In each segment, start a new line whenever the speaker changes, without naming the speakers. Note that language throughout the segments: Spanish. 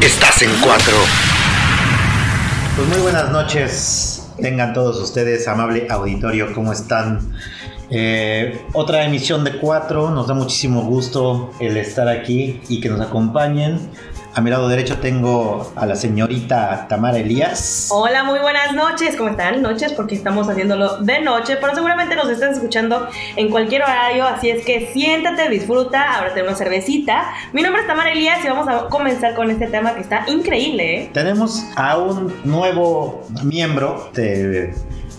Estás en cuatro.
Pues muy buenas noches. Tengan todos ustedes, amable auditorio, ¿cómo están? Eh, otra emisión de cuatro. Nos da muchísimo gusto el estar aquí y que nos acompañen. A mi lado derecho tengo a la señorita Tamara Elías.
Hola, muy buenas noches. ¿Cómo están? Noches, porque estamos haciéndolo de noche, pero seguramente nos están escuchando en cualquier horario. Así es que siéntate, disfruta, ábrete una cervecita. Mi nombre es Tamara Elías y vamos a comenzar con este tema que está increíble. ¿eh?
Tenemos a un nuevo miembro de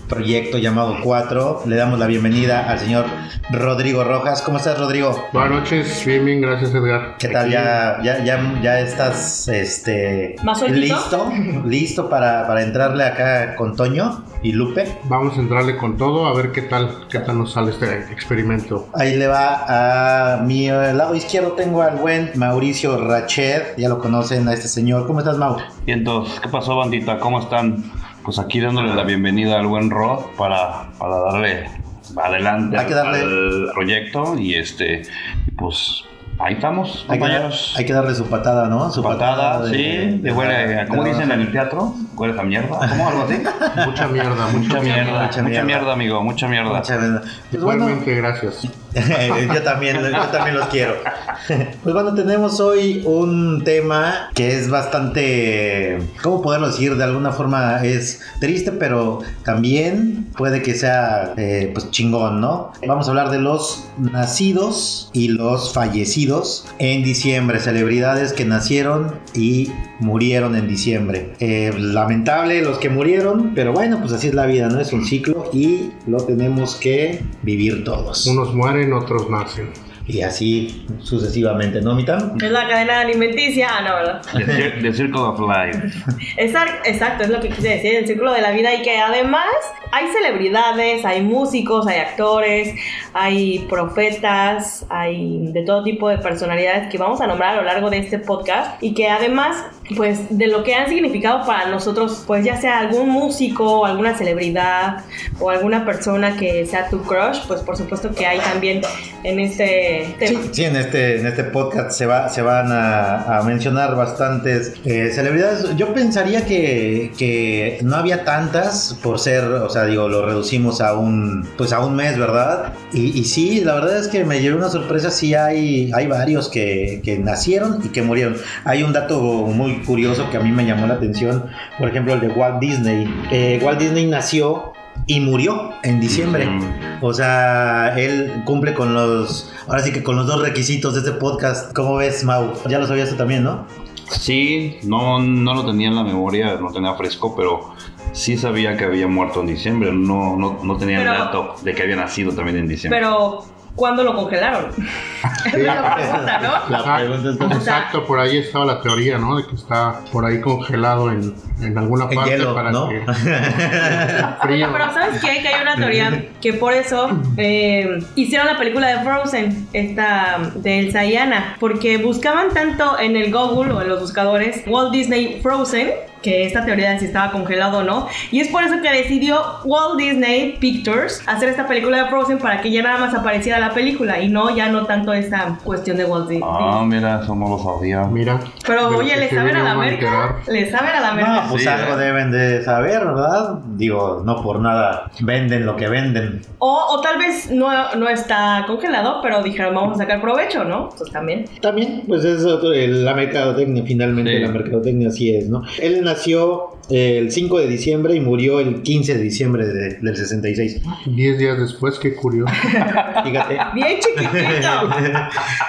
proyecto llamado 4. Le damos la bienvenida al señor Rodrigo Rojas. ¿Cómo estás, Rodrigo?
Buenas noches, bien, bien, gracias, Edgar.
¿Qué tal?
Aquí.
¿Ya, ya, ya, ya estás este,
¿Más sueltito?
listo? ¿Listo para, para entrarle acá con Toño y Lupe?
Vamos a entrarle con todo a ver qué tal, qué tal nos sale este experimento.
Ahí le va a mi eh, lado izquierdo tengo al buen Mauricio Rached, ya lo conocen a este señor. ¿Cómo estás, Mau?
Y entonces, ¿qué pasó, bandita? ¿Cómo están? Pues aquí dándole la bienvenida al buen Rod para, para darle adelante
Hay que darle-
al proyecto y este, pues ahí estamos,
Hay que, dar-
compañeros.
hay que darle su patada, ¿no? Su
patada,
de-
sí, de huele,
de-
¿cómo
de-
dicen en el teatro? Huele a mierda, ¿cómo algo así?
Mucha mierda, mucha
Mucha mierda,
mucha
mucha
mierda.
mierda, amigo, mucha mierda.
Muchas gracias. Pues bueno,
Igualmente, gracias.
yo también, yo también los quiero. Pues bueno, tenemos hoy un tema que es bastante, ¿cómo poderlo decir? De alguna forma es triste, pero también puede que sea eh, pues chingón, ¿no? Vamos a hablar de los nacidos y los fallecidos en diciembre, celebridades que nacieron y murieron en diciembre. Eh, lamentable los que murieron, pero bueno, pues así es la vida, ¿no? Es un ciclo y lo tenemos que vivir todos.
Unos mueren, otros nacen.
Y así sucesivamente, ¿no, Mitam?
Es la cadena alimenticia. Ah, no, ¿verdad?
The Cir- The Circle of Life.
Exacto, exacto, es lo que quise decir, el círculo de la vida y que además hay celebridades, hay músicos, hay actores, hay profetas, hay de todo tipo de personalidades que vamos a nombrar a lo largo de este podcast y que además pues de lo que han significado para nosotros pues ya sea algún músico o alguna celebridad o alguna persona que sea tu crush pues por supuesto que hay también en este tema.
Sí, en este, en este podcast se, va, se van a, a mencionar bastantes eh, celebridades. Yo pensaría que, que no había tantas por ser, o sea, digo, lo reducimos a un, pues a un mes, ¿verdad? Y, y sí, la verdad es que me llevé una sorpresa, sí hay, hay varios que, que nacieron y que murieron. Hay un dato muy curioso que a mí me llamó la atención, por ejemplo, el de Walt Disney. Eh, Walt Disney nació y murió en diciembre. O sea, él cumple con los. Ahora sí que con los dos requisitos de este podcast. ¿Cómo ves, Mau? Ya lo sabías tú también, ¿no?
Sí, no, no lo tenía en la memoria, no tenía fresco, pero sí sabía que había muerto en diciembre. No, no, no tenía el
Pero-
dato de que había nacido también en diciembre.
Pero ¿cuándo lo congelaron? Esa es la pregunta, ¿no?
Exacto,
cómo.
Exacto, por ahí estaba la teoría, ¿no? De que está por ahí congelado en, en alguna
En
parte
hielo,
para
¿no?
que frío.
Pero ¿sabes qué? Que hay una teoría que por eso eh, hicieron la película de Frozen, esta de Elsa y Anna, porque buscaban tanto en el Google o en los buscadores Walt Disney Frozen, que esta teoría de si estaba congelado o no, y es por eso que decidió Walt Disney Pictures hacer esta película de Frozen para que ya nada más apareciera la película y no ya no tanto esta cuestión de Walt Disney.
Ah, mira, eso no lo sabía.
Mira.
Pero
de lo
oye,
que
le
se
saben a
viene
la
uno
verga,
enterar.
le saben a la verga.
No, pues
Sí,
algo
¿eh?
deben de saber, ¿verdad? Digo, no por nada. Venden lo que venden.
O, o tal vez no, no está congelado, pero dijeron vamos a sacar provecho, ¿no? Pues también.
También, pues es otro- el- la mercadotecnia, finalmente
Sí.
la mercadotecnia así es, ¿no? Él nació eh, el 5 de diciembre y murió el 15 de diciembre de- del 66.
Diez días después, qué curioso.
Fíjate.
Bien chiquitito.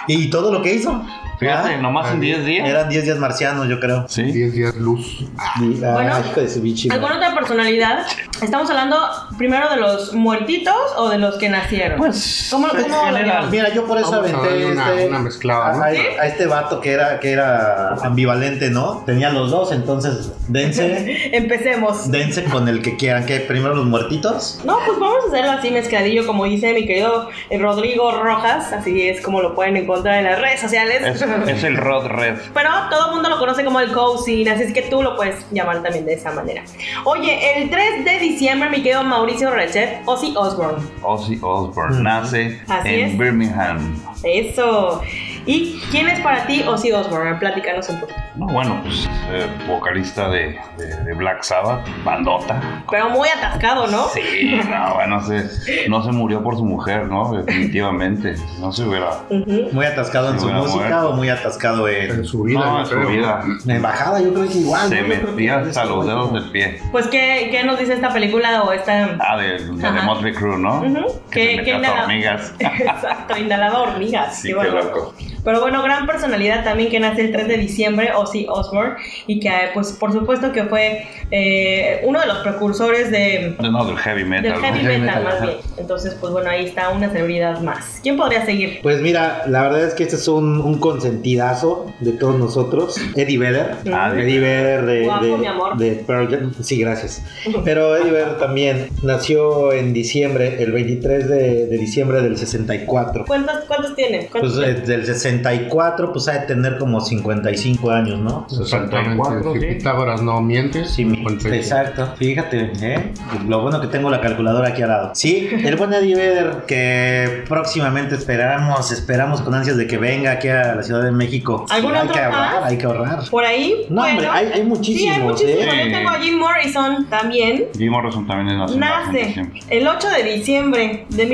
y todo lo que hizo.
Fíjate,
Ah,
nomás en 10 días.
Eran 10 días marcianos, yo creo.
Sí.
Diez días luz.
Y- ah,
Bueno,
hijo de su bichi,
¿Alguna otra personalidad? Estamos hablando primero de los muertitos o de los que nacieron.
Pues,
¿Cómo-
en
cómo lo
general.
Mira, yo por eso
Vamos a
aventé
darle una-
este,
una mezclada, ¿no?
a, a este vato que era, que era ambivalente, ¿no? Tenía los dos, entonces dense,
Empecemos.
dense con el que quieran, que primero los muertitos.
No, pues vamos a hacerlo así mezcladillo, como dice mi querido eh, Rodrigo Rojas. Así es como lo pueden encontrar en las redes sociales.
Es, es el Rod Red.
Pero todo el mundo lo conoce como el cozy, así es que tú lo puedes llamar también de esa manera. Oye, el 3 de diciembre, mi querido Mauricio Rechet, Ozzy Osbourne.
Ozzy Osbourne
Ujú.
nace
Así
en
es.
Birmingham.
Eso. ¿Y quién es para ti Ozzy Osbourne? Platícanos un poquito.
No, bueno, pues eh, vocalista de, de- de Black Sabbath, bandota.
Pero muy atascado, ¿no?
Sí, no, bueno, se, no se murió por su mujer, ¿no? Definitivamente. No se hubiera.
Ujú.
Muy atascado en
Sí,
su
buena
música
muerte.
o muy atascado
En
en,
su vida.
No, en
yo
su
creo.
vida.
en bajada, yo creo que igual.
Se
¿no? Yo creo que
metía
es
hasta los
como-
dedos del pie.
Pues, ¿qué, qué nos dice esta película o esta...?
Ah, de, de, de
Ajá.
Motley Crue, ¿no?
Ujú.
Que
¿Qué-
se
qué
metía hasta
nada?
hormigas.
Exacto, inhalaba hormigas.
Sí,
qué
qué
bárbaro.
loco.
Pero bueno, gran personalidad también que nace el 3 de diciembre, Ozzy Osbourne, y que eh, pues por supuesto que fue eh, uno de los precursores de,
No, del heavy metal.
del heavy
¿no?
metal, más
ajá.
bien. Entonces, pues bueno, ahí está una celebridad más. ¿Quién podría seguir?
Pues mira, la verdad es que este es un, un consentidazo de todos nosotros. Eddie Vedder.
Ah, de-
Eddie Vedder de,
Guapo,
de-
mi amor.
de Pearl Jam. Sí, gracias. Pero Eddie Vedder también nació en diciembre, el 23 de, de diciembre del 64.
¿Cuántos, cuántos tienes?
Pues
¿Cuántos
eh, del 64, pues ha de tener como 55 años, ¿no?
Exactamente. Si Pitágoras no mientes.
Sí, mi-
55.
exacto. Fíjate, ¿eh? Lo bueno que tengo la calculadora aquí al lado. Sí, el buen Eddie Vedder que próximamente esperamos, esperamos con ansias de que venga aquí a la Ciudad de México.
¿Algún
hay
otro
que ahorrar,
más?
hay que ahorrar.
por ahí?
No, hombre, hay, hay
Sí, hay
muchísimos. ¿eh?
muchísimos.
¿eh?
Yo tengo a Jim Morrison también.
Jim Morrison también es nacional.
Nace el 8 de diciembre de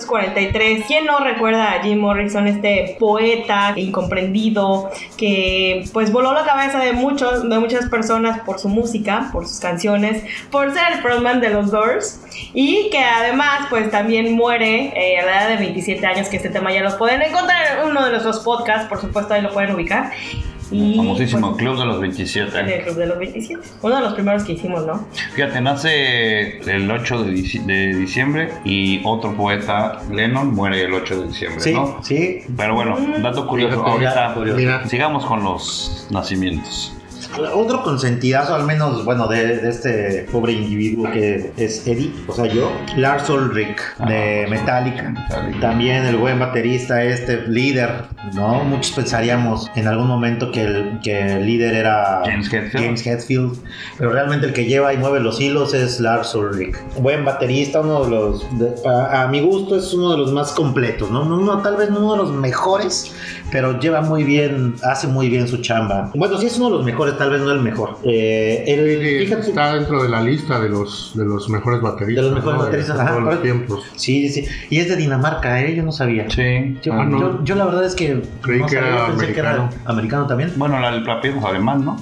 1943. ¿Quién no recuerda a Jim Morrison, este poeta incomprendido que pues voló la cabeza de muchos, de muchas personas por su música, por sus canciones, por ser el frontman de los Doors y que además pues también muere eh, a la edad de 27 años, que este tema ya lo pueden encontrar en uno de nuestros podcasts, por supuesto ahí lo pueden ubicar. Y,
Famosísimo
pues,
Club de los
en
27.
el Club de los 27. Uno de los primeros que hicimos, ¿no?
Fíjate, nace el 8 de, dici- de diciembre y otro poeta, Lennon, muere el 8 de diciembre,
Sí,
¿no?
sí.
Pero bueno,
Mm.
dato curioso,
Fíjate,
ahorita
curioso.
Mira.
sigamos con los nacimientos.
Otro consentidazo, al menos, bueno, de, de este pobre individuo que es Eddie, o sea, yo, Lars Ulrich de
Ah,
Metallica.
Metallica.
También el buen baterista, este líder, ¿no? Muchos pensaríamos en algún momento que el, que el líder era
James Hetfield.
James Hetfield, pero realmente el que lleva y mueve los hilos es Lars Ulrich. Buen baterista, uno de los, de- a, a mi gusto es uno de los más completos, ¿no? No, no, tal vez no uno de los mejores, pero lleva muy bien, hace muy bien su chamba. Bueno, sí es uno de los mejores, tal vez no el mejor. Eh, él,
Sí,
fíjate,
está dentro de la lista de los, de los mejores bateristas.
De los mejores
¿no?
bateristas,
de,
ajá,
todos los
correcto.
tiempos.
sí, sí, sí, y es de Dinamarca, ¿eh? Yo no sabía.
Sí.
Yo,
Ah, no.
yo- yo la verdad es que
Creí que era americano.
americano también.
Bueno, la del platillo es alemán, ¿no?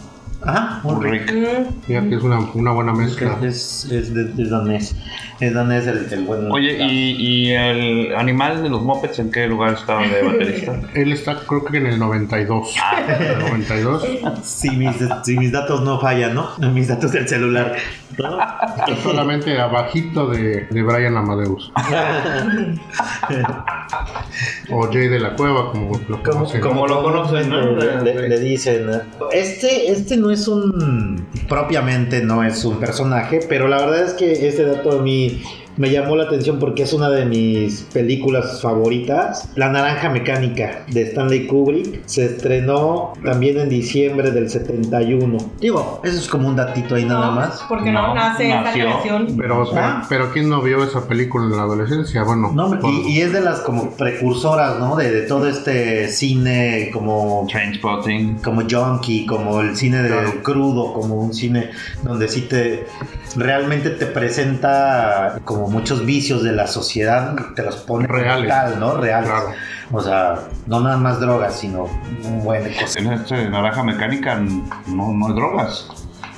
Ajá, Ulrich.
Ulrich.
Mm.
Fíjate, es una, una buena mezcla.
Es, es, de- es danés. Es danés el, el buen.
Oye, ¿y, y el animal de los mopeds en qué lugar estaba de baterista?
Él está, creo que en el 92.
Ah.
En el 92.
Si Ah, mis, si mis datos no fallan, ¿no? Mis datos del celular. ¿no?
Está solamente abajito de, de Brian Amadeus. o Jay de la Cueva, como
Como,
lo conocen.
como lo conocen, ¿no?
Este, Le, le- le dicen. ¿no? Este, este no es un. Propiamente no es un personaje, pero la verdad es que este dato a mí me llamó la atención porque es una de mis películas favoritas. La Naranja Mecánica de Stanley Kubrick se estrenó también en diciembre del 71. Digo, eso es como un datito ahí nada
No,
más.
Porque no,
No,
nace esta
nació.
creación.
Pero, pero,
Ah.
pero ¿quién no vio esa película en la adolescencia? Bueno,
No,
por-
y, y es de las como precursoras, ¿no? De, de todo este cine como,
Trainspotting.
como junkie, como el cine de
Claro.
crudo, como un cine donde sí te realmente te presenta como muchos vicios de la sociedad, te los pone
Reales.
tal, ¿no? Reales.
claro.
O sea, no nada más drogas, sino un buen cosas.
En este naranja mecánica no, no hay drogas.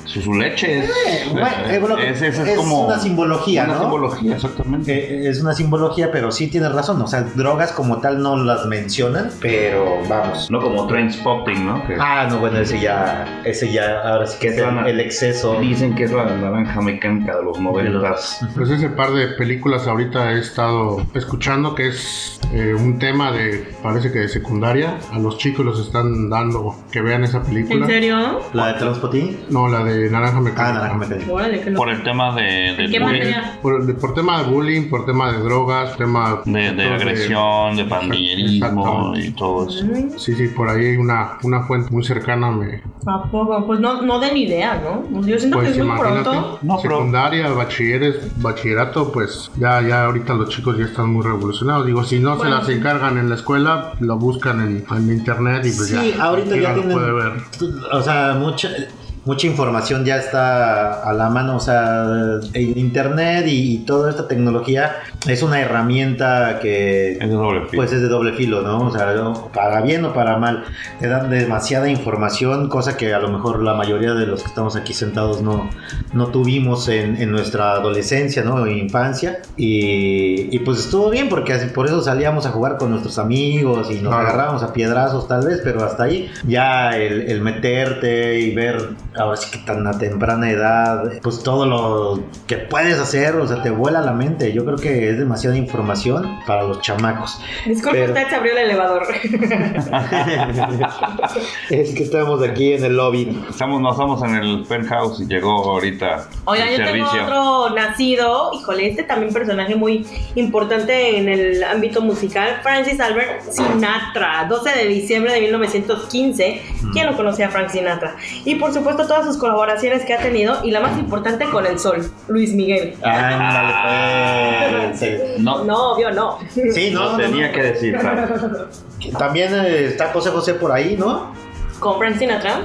Su, su leche es.
Bueno, eh, bueno,
es, es- es
es
como.
una simbología,
una
¿no?
simbología, exactamente.
Eh, Es una simbología, pero sí tienes razón. O sea, drogas como tal no las mencionan, pero vamos.
No como Trainspotting, ¿no? Que
Ah, no, bueno, ese ya, ese ya, ahora sí que es el, el exceso.
dicen que es la naranja mecánica de los noventas.
Pues ese par de películas ahorita he estado escuchando que es eh, un tema de, parece que de secundaria. A los chicos los están dando que vean esa película.
serio?
La de Transpotín.
No, la de de Naranja Mecánica.
Ah, naranja mecánica.
Órale, qué loco.
Por el tema de, del
¿Qué
bullying,
materia?
Por, por tema de bullying, por tema de drogas, tema
de, de agresión, de pandillerismo
Exacto.
y todo eso.
Mm,
Sí, sí, por ahí hay una, una fuente muy cercana me
¿A poco? Pues no, no den idea, ¿no? Yo siento que
pues
es muy
imagínate,
pronto.
No, pero-
secundaria, bachilleres, bachillerato, pues ya ya ahorita los chicos ya están muy revolucionados. Digo, si no
Bueno,
se las
sí.
encargan en la escuela, lo buscan en, en internet y pues
Sí,
ya
ahorita
cualquiera
ya
lo
tienen,
puede ver.
o sea, mucha, mucha información ya está a la mano, o sea, en internet y, y toda esta tecnología es una herramienta que
Es de doble filo.
pues es de doble filo, ¿no? O sea, no- para bien o para mal, te dan demasiada información, cosa que a lo mejor la mayoría de los que estamos aquí sentados no, no tuvimos en, en nuestra adolescencia, ¿no? O Infancia. Y, y pues estuvo bien porque así- por eso salíamos a jugar con nuestros amigos y nos
Claro.
agarrábamos a piedrazos tal vez, pero hasta ahí ya el, el meterte y ver ahora sí que tan a temprana edad, pues todo lo que puedes hacer, o sea, te vuela la mente. Yo creo que es demasiada información para los chamacos.
Disculpe,
Pero-
usted se abrió el elevador.
Es que estamos aquí en el lobby.
Estamos, no estamos en el penthouse y llegó ahorita
Oigan,
el
yo
servicio.
tengo otro nacido, híjole, este también personaje muy importante en el ámbito musical, Francis Albert Sinatra, 12 de diciembre de 1915.
Mm.
¿Quién no conocía a Frank Sinatra? Y por supuesto todas sus colaboraciones que ha tenido y la más importante con el sol, Luis Miguel.
Ándale, pues. Sí.
No,
No, obvio, no.
Sí, no,
lo
no, no.
tenía que decir, claro.
También eh, está José José por ahí, ¿no?
Con Frank Sinatra.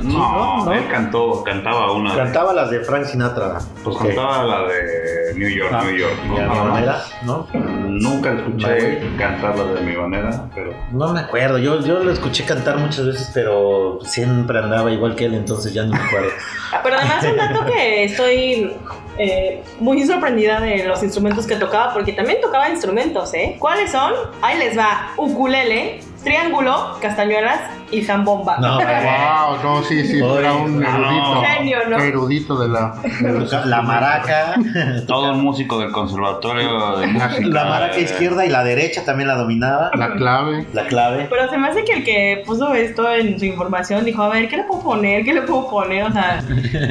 No,
no.
él cantó, cantaba una. de-
Cantaba las de Frank Sinatra.
Ah. Pues
Sí.
cantaba la de New York,
Ah,
New York. ¿no?
de
Nada más.
manera, ¿no?
Nunca escuché cantar la de mi manera, pero
No me acuerdo, yo, yo lo escuché cantar muchas veces, pero siempre andaba igual que él, entonces ya no me acuerdo.
Ah, Pero además un dato que estoy eh, muy sorprendida de los instrumentos que tocaba, porque también tocaba instrumentos, ¿eh? ¿Cuáles son? Ahí les va, ukulele, triángulo, castañuelas y zambomba.
No,
Wow, no, sí, sí,
Oye,
era un
no.
erudito,
Genio, ¿no?
erudito de la
la maraca,
todo el músico del conservatorio de música.
Este, la maraca
eh,
izquierda y la derecha también la dominaba,
la clave.
la clave.
Pero se me hace que el que puso esto en su información dijo, a ver, ¿qué le puedo poner? ¿Qué le puedo poner? O sea,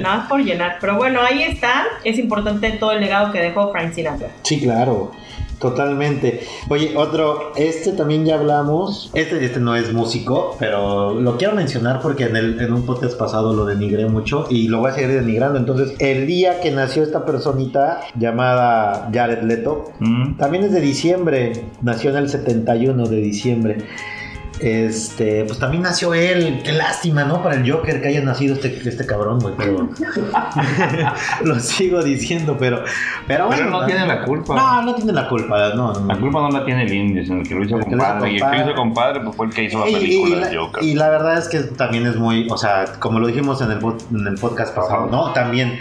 nada más por llenar. Pero bueno, ahí está. Es importante todo el legado que dejó Frank Sinatra.
Sí, claro. Totalmente. Oye, otro, este también ya hablamos. Este, este no es músico, pero lo quiero mencionar porque en, el, en un podcast pasado lo denigré mucho y lo voy a seguir denigrando. Entonces, el día que nació esta personita llamada Jared Leto,
mm,
también es de diciembre, nació en el 71 de diciembre. Este, pues también nació él. Qué lástima, ¿no? Para el Joker que haya nacido este, este cabrón, güey. Pero lo sigo diciendo, pero, pero
Pero
bueno.
él no tiene la culpa.
No, no tiene la culpa. No, no.
La culpa no la tiene el indio, sino el que lo hizo
El que lo hizo
compadre. Y el que lo hizo compadre pues, fue el que hizo la
Y- y- y,
película
la,
de Joker.
y la verdad es que también es muy, o sea, como lo dijimos en el, pod- en el podcast pasado,
Ajá.
¿no? También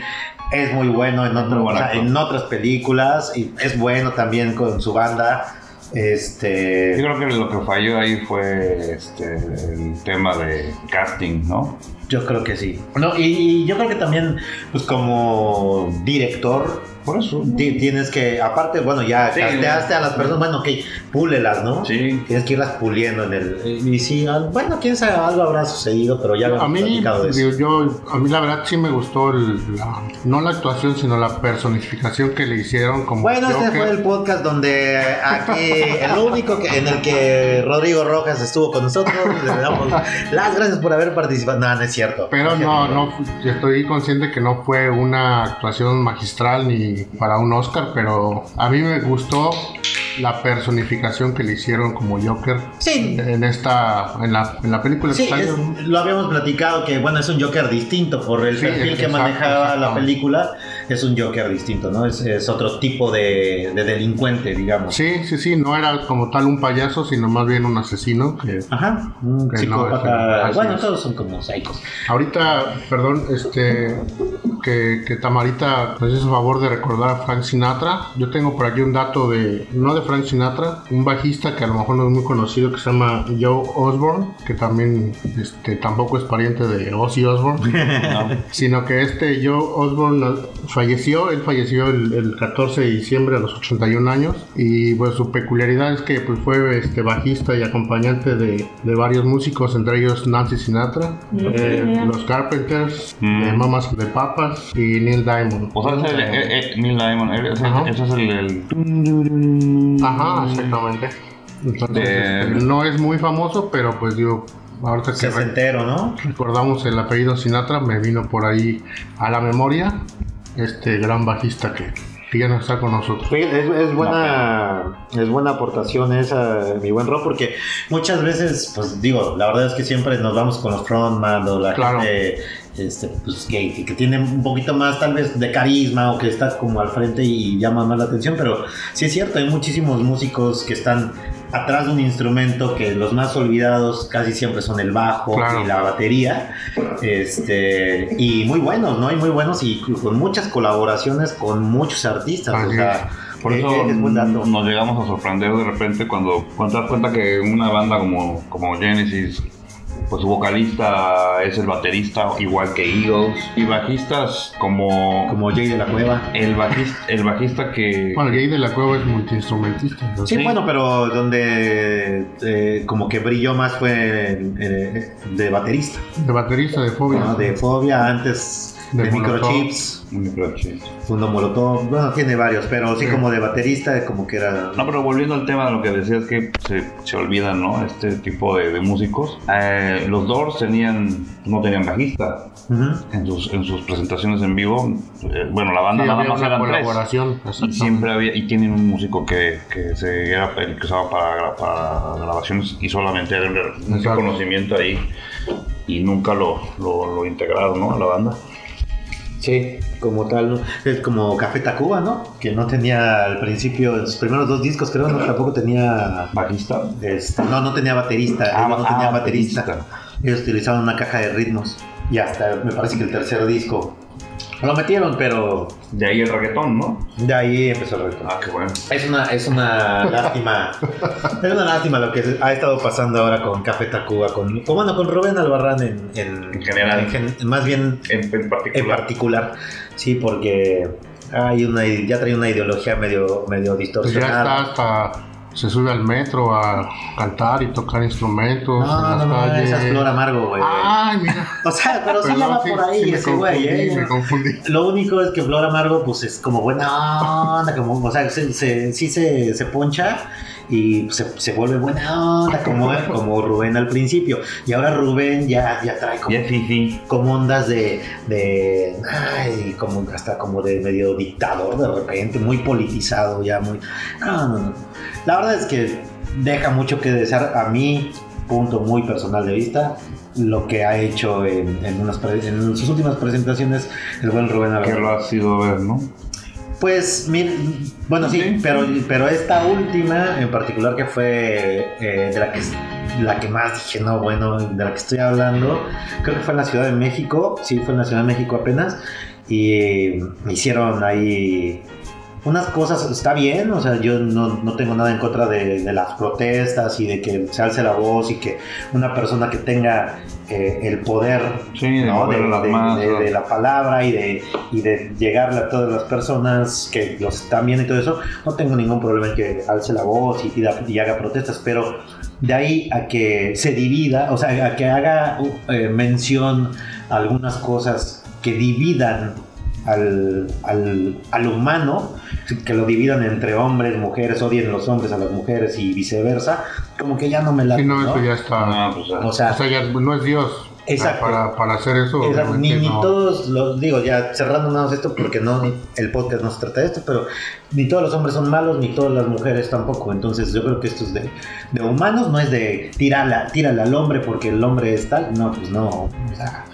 es muy bueno en, otro-
Muy buen
o sea,
actor.
en otras películas y es bueno también con su banda. Este,
Yo creo que lo que falló ahí fue este, el tema de casting, ¿no?
Yo creo que sí. No, y, y yo creo que también, pues como director,
Por eso. ¿no?
ti- tienes que, aparte, bueno, ya
Sí,
casteaste a las personas, bueno, ok, púlelas, ¿no?
Sí.
Tienes que irlas puliendo en el... Y sí, al- bueno, quién sabe, algo habrá sucedido, pero ya lo
a
hemos
mí,
platicado de eso.
digo, yo, a mí la verdad sí me gustó el- la- no la actuación, sino la personificación que le hicieron como
Bueno, este
Joker.
fue el podcast donde aquí, el único que- en el que Rodrigo Rojas estuvo con nosotros, le damos las gracias por haber participado. No, no es cierto.
Pero
es
no,
cierto.
no, yo estoy consciente que no fue una actuación magistral ni para un Oscar, pero a mí me gustó la personificación que le hicieron como Joker
Sí,
en esta, en la, en la película. que
Sí,
salió,
es-
¿no?
lo habíamos platicado que bueno, es un Joker distinto por el
Sí,
perfil que
exacto,
manejaba la
exacto.
película, es un Joker distinto, ¿no? Es, es otro tipo de, de delincuente, digamos.
sí, sí, sí, no era como tal un payaso, sino más bien un asesino. que-
Ajá, un
Que no,
psicópata.
es un-
bueno,
así es.
todos son como psicos.
Ahorita, perdón, este, que, que Tamarita nos hizo favor de recordar a Frank Sinatra. Yo tengo por aquí un dato de, no de Frank Sinatra, un bajista que a lo mejor no es muy conocido que se llama Joe Osborne, que también este, tampoco es pariente de Ozzy Osborne,
No.
sino que este Joe Osborne falleció, él falleció el, el 14 de diciembre a los 81 años y pues su peculiaridad es que pues, fue este, bajista y acompañante de, de varios músicos, entre ellos Nancy Sinatra, eh,
Ujú.
los Carpenters,
Mm.
eh, Mamas de Papas, Newman y Neil Diamond.
O sea, es el, eh, eh, Neil Diamond, eh, ese-
Ajá.
ese es el, el-
Ajá, exactamente. Entonces,
Eh,
este, no es muy famoso, pero pues digo, ahorita que re-
Sesentero, ¿no?
recordamos el apellido Sinatra, me vino por ahí a la memoria este gran bajista que, que ya no está con nosotros.
Oye, Es, es buena es buena aportación esa, mi buen Rob, porque muchas veces, pues digo, la verdad es que siempre nos vamos con los frontman o la
Claro.
gente este, pues, que, que- que tiene un poquito más tal vez de carisma o que está como al frente y llama más la atención, pero sí es cierto, hay muchísimos músicos que están atrás de un instrumento que los más olvidados casi siempre son el bajo
Claro.
y la batería, este, y muy buenos, ¿no? Y muy buenos y con muchas colaboraciones con muchos artistas, o
Así
sea,
es.
Por
Eh,
eso
eh, es buen dato.
nos llegamos a sorprender de repente cuando, cuando te das cuenta que una banda como, como Genesis, pues su vocalista es el baterista, igual que Eagles, y bajistas como,
como Jay de la Cueva.
el bajista, el bajista que...
Bueno, Gay de la Cueva es multiinstrumentista. ¿no?
Sí,
Sí.
bueno, pero donde eh, como que brilló más fue eh, de baterista,
De baterista de Fobia.
Ah,
¿no? de Fobia, antes de,
De Molotov.
Microchips,
Muy proche.
Fundo Molotov, bueno, tiene varios, pero sí
Sí.
como de baterista, como que era...
No, pero volviendo al tema de lo que decías que se, se olvidan, ¿no? Este tipo de, de músicos. Eh, los Doors tenían, no tenían bajista
Ujú.
en sus, en sus presentaciones en vivo. eh, bueno, la
Sí,
banda nada
había
más
una
eran tres.
colaboración.
Y
exactamente.
siempre había, y tienen un músico que, que se era el que usaba para, gra- para grabaciones y solamente era un, un
Exacto.
conocimiento ahí y nunca lo, lo, lo integraron, ¿no? A la banda.
Sí, como tal, ¿no? es como Café Tacuba, ¿no? Que no tenía al principio, en sus primeros dos discos creo, no, tampoco tenía...
Bajista.
este, no, no tenía baterista,
Ah,
no tenía
ah,
baterista. Ellos utilizaban una caja de ritmos. Y hasta me parece que el tercer disco lo metieron, pero
De ahí el reggaetón, ¿no?
de ahí empezó el reto.
Ah, qué bueno.
Es una, es una lástima. es una lástima lo que ha estado pasando ahora con Café Tacuba, con, con, bueno, con Rubén Albarrán en, en,
En general.
en gen- más bien
En, en
en
particular.
particular. Sí, porque hay una, ya trae una ideología medio, medio
Pues ya
distorsionada.
está hasta se sube al metro a cantar y tocar instrumentos Pues en
no, no,
las
no,
calles.
esa es Flor Amargo, güey.
Ay, mira.
o sea, pero sí
Perdón,
va
sí,
por ahí
sí me
ese güey,
confundí,
¿eh?
Me confundí.
Lo único es que Flor Amargo, pues es como buena onda, como, o sea, se, se- sí se, se poncha y se, se vuelve buena onda, como, como Rubén al principio. Y ahora Rubén ya, ya trae como,
Ya sí, sí.
como ondas de, de. Ay, como hasta como de medio dictador de repente, muy politizado, ya muy. No, no, no. La verdad es que deja mucho que desear a mi punto muy personal de vista lo que ha hecho en, en unas pre- en sus últimas presentaciones el buen Rubén
Que
Alvarado.
lo has ido a ver, ¿no?
Pues, mir- bueno, sí,
Sí.
Pero, pero esta última en particular que fue eh, de la que, la que más dije, no, bueno, de la que estoy hablando, creo que fue en la Ciudad de México, sí, fue en la Ciudad de México apenas, y hicieron ahí unas cosas, está bien, o sea, yo no, no tengo nada en contra de, de las protestas y de que se alce la voz y que una persona que tenga eh, el poder
Sí, de
¿no?
mover
de,
a las
de-
masas.
de- de la palabra y de, y de llegarle a todas las personas que los están viendo y todo eso, no tengo ningún problema en que alce la voz y, y da- y haga protestas, pero de ahí a que se divida, o sea, a que haga uh, eh, mención a algunas cosas que dividan al, al, al humano, que lo dividan entre hombres, mujeres, odien los hombres a las mujeres y viceversa, como que ya no me la...
Sí, no, eso ya está.
Ah, pues, ah.
O sea,
O sea, ya no es Dios.
Exacto.
Para, para hacer eso.
Exacto, ni,
obviamente,
ni
no.
todos los digo ya cerrando nada más esto porque no el podcast no se trata de esto pero ni todos los hombres son malos ni todas las mujeres tampoco entonces yo creo que esto es de, de humanos no es de tirarla tírala al hombre porque el hombre es tal no pues no o sea,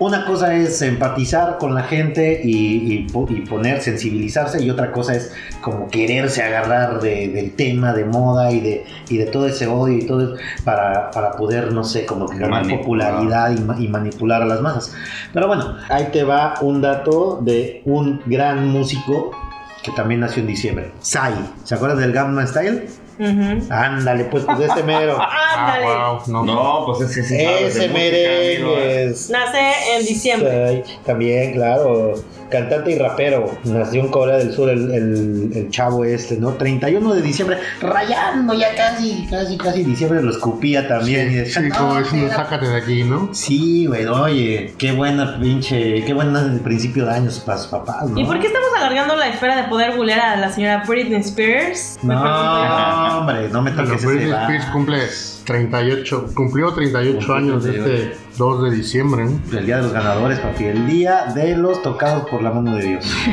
una cosa es empatizar con la gente y, y po- y poner sensibilizarse y otra cosa es como quererse agarrar de- del tema de moda y de y de todo ese odio y todo para, para poder no sé como que ganar
Manipular.
popularidad y ma- y manipular a las masas pero bueno, ahí te va un dato de un gran músico que también nació en diciembre. Sai. ¿Se acuerdan del Gamma Style?
Ujú.
Ándale, pues, pues ese mero.
Ándale.
Ah, wow, no.
No, pues es que sí. sabes de
ese
música, amigo, ¿eh?
merengue. es-
Nace en diciembre.
Ay, también, claro. Cantante y rapero. Nació en Corea del Sur el, el- el chavo este, ¿no? 31 de diciembre. Rayando ya casi, casi, casi diciembre. Lo escupía también. y decía,
Sí,
"No,
como diciendo,
espérate".
sácate de aquí, ¿no?
Sí, güey, oye, qué buena pinche, qué buena el principio de años para sus papás, ¿no?
¿Y por qué estamos alargando la espera de poder googlear a la señora Britney Spears? Me parece que-
No, hombre, no me
Bueno,
toques ese
Britney
va.
Spears cumple 38, cumplió 38
Cumplió
años
38.
este 2 de diciembre. ¿eh?
El día de los ganadores, papi, el día de los tocados por la mano de Dios.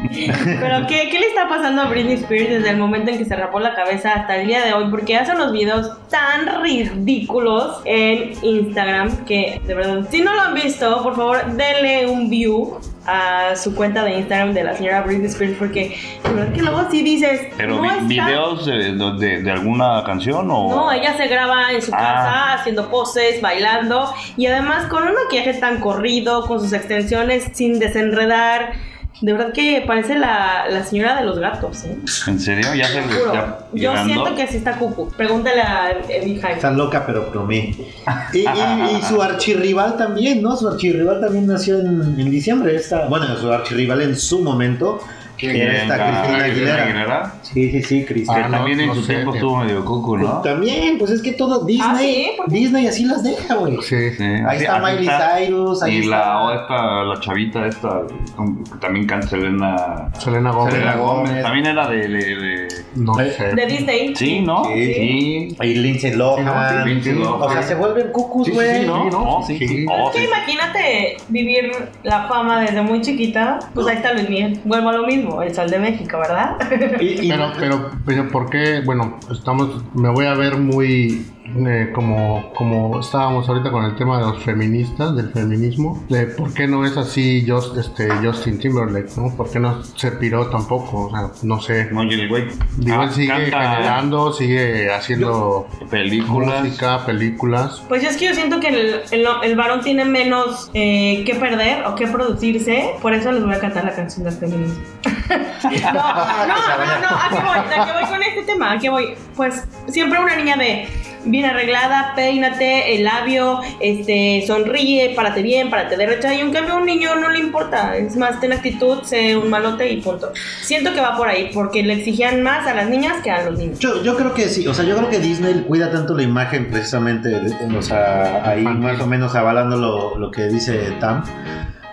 Pero ¿qué, ¿qué le está pasando a Britney Spears desde el momento en que se rapó la cabeza hasta el día de hoy? Porque hace unos videos tan ridículos en Instagram que, de verdad, si no lo han visto, por favor, denle un view a su cuenta de Instagram de la señora Britney Spears porque de verdad que luego sí dices
Pero
no
vi-
está-
videos de, de- de alguna canción o.
no, ella se graba en su
Ah.
casa haciendo poses, bailando y además con un maquillaje tan corrido, con sus extensiones sin desenredar. De verdad que parece la, la señora de los gatos, ¿eh?
¿En serio? Ya se
Juro,
ya-
yo
llegando?
siento que sí está cucu. Pregúntale a Eddie Hyde.
Está loca, pero por mí. Y, y- y su archirrival también, ¿no? Su archirrival también nació en, en diciembre. Esta, bueno, su archirrival en su momento, que
¿Quién?
era esta
Ah,
Cristina Aguilera.
Aguilera.
Sí, sí, sí, Cristina.
Que
Ah, no,
también en
no
su
sé,
tiempo
tío.
estuvo medio cucu, ¿no?
También, pues es que todo Disney,
Ah, sí? ¿Por qué?
Disney así las deja, güey.
Sí.
Sí,
Ahí
así-
está
así
Miley
está.
Cyrus, ahí
Y
está.
la, o esta, la chavita esta, con- que también cancelena.
Selena Gómez.
Selena
Gómez.
Gómez. También era de. de- de-
No
Eh,
sé.
De Disney.
Sí, ¿no?
Sí.
Sí.
Y Lindsay Lohan.
Sí, Lindsay Lohan.
O sea, se vuelven cucus,
Sí, sí,
güey.
sí,
¿No?
¿no?
Oh, sí,
Sí.
sí. Oh,
Es que
sí.
imagínate vivir la fama desde muy chiquita. Pues ahí está Luis Miguel. Vuelvo a lo mismo, el sol de México, ¿verdad?
Y- y-
Pero, pero, pero, ¿por qué? Bueno, estamos, me voy a ver muy eh, como, como estábamos ahorita con el tema de los feministas, del feminismo, de por qué no es así Just- este, Justin Timberlake, ¿no? ¿Por qué no se piró tampoco? O sea, no sé.
No, y el güey.
Digo,
ah,
él sigue
canta
generando, sigue haciendo
películas.
música, películas.
Pues es que yo siento que el, el- el varón tiene menos eh, que perder o que producirse. Por eso les voy a cantar la canción del feminismo. no, no, no, no, aquí voy, aquí voy con este tema, aquí voy. Pues siempre una niña de bien arreglada, peínate, el labio, este, sonríe, párate bien, párate derecha. Y en cambio a un niño no le importa. Es más, ten actitud, sé un malote y punto. Siento que va por ahí, porque le exigían más a las niñas que a los niños.
Yo, yo creo que sí, o sea, yo creo que Disney cuida tanto la imagen precisamente, de- o sea, ahí más o menos avalando lo, lo que dice Tam,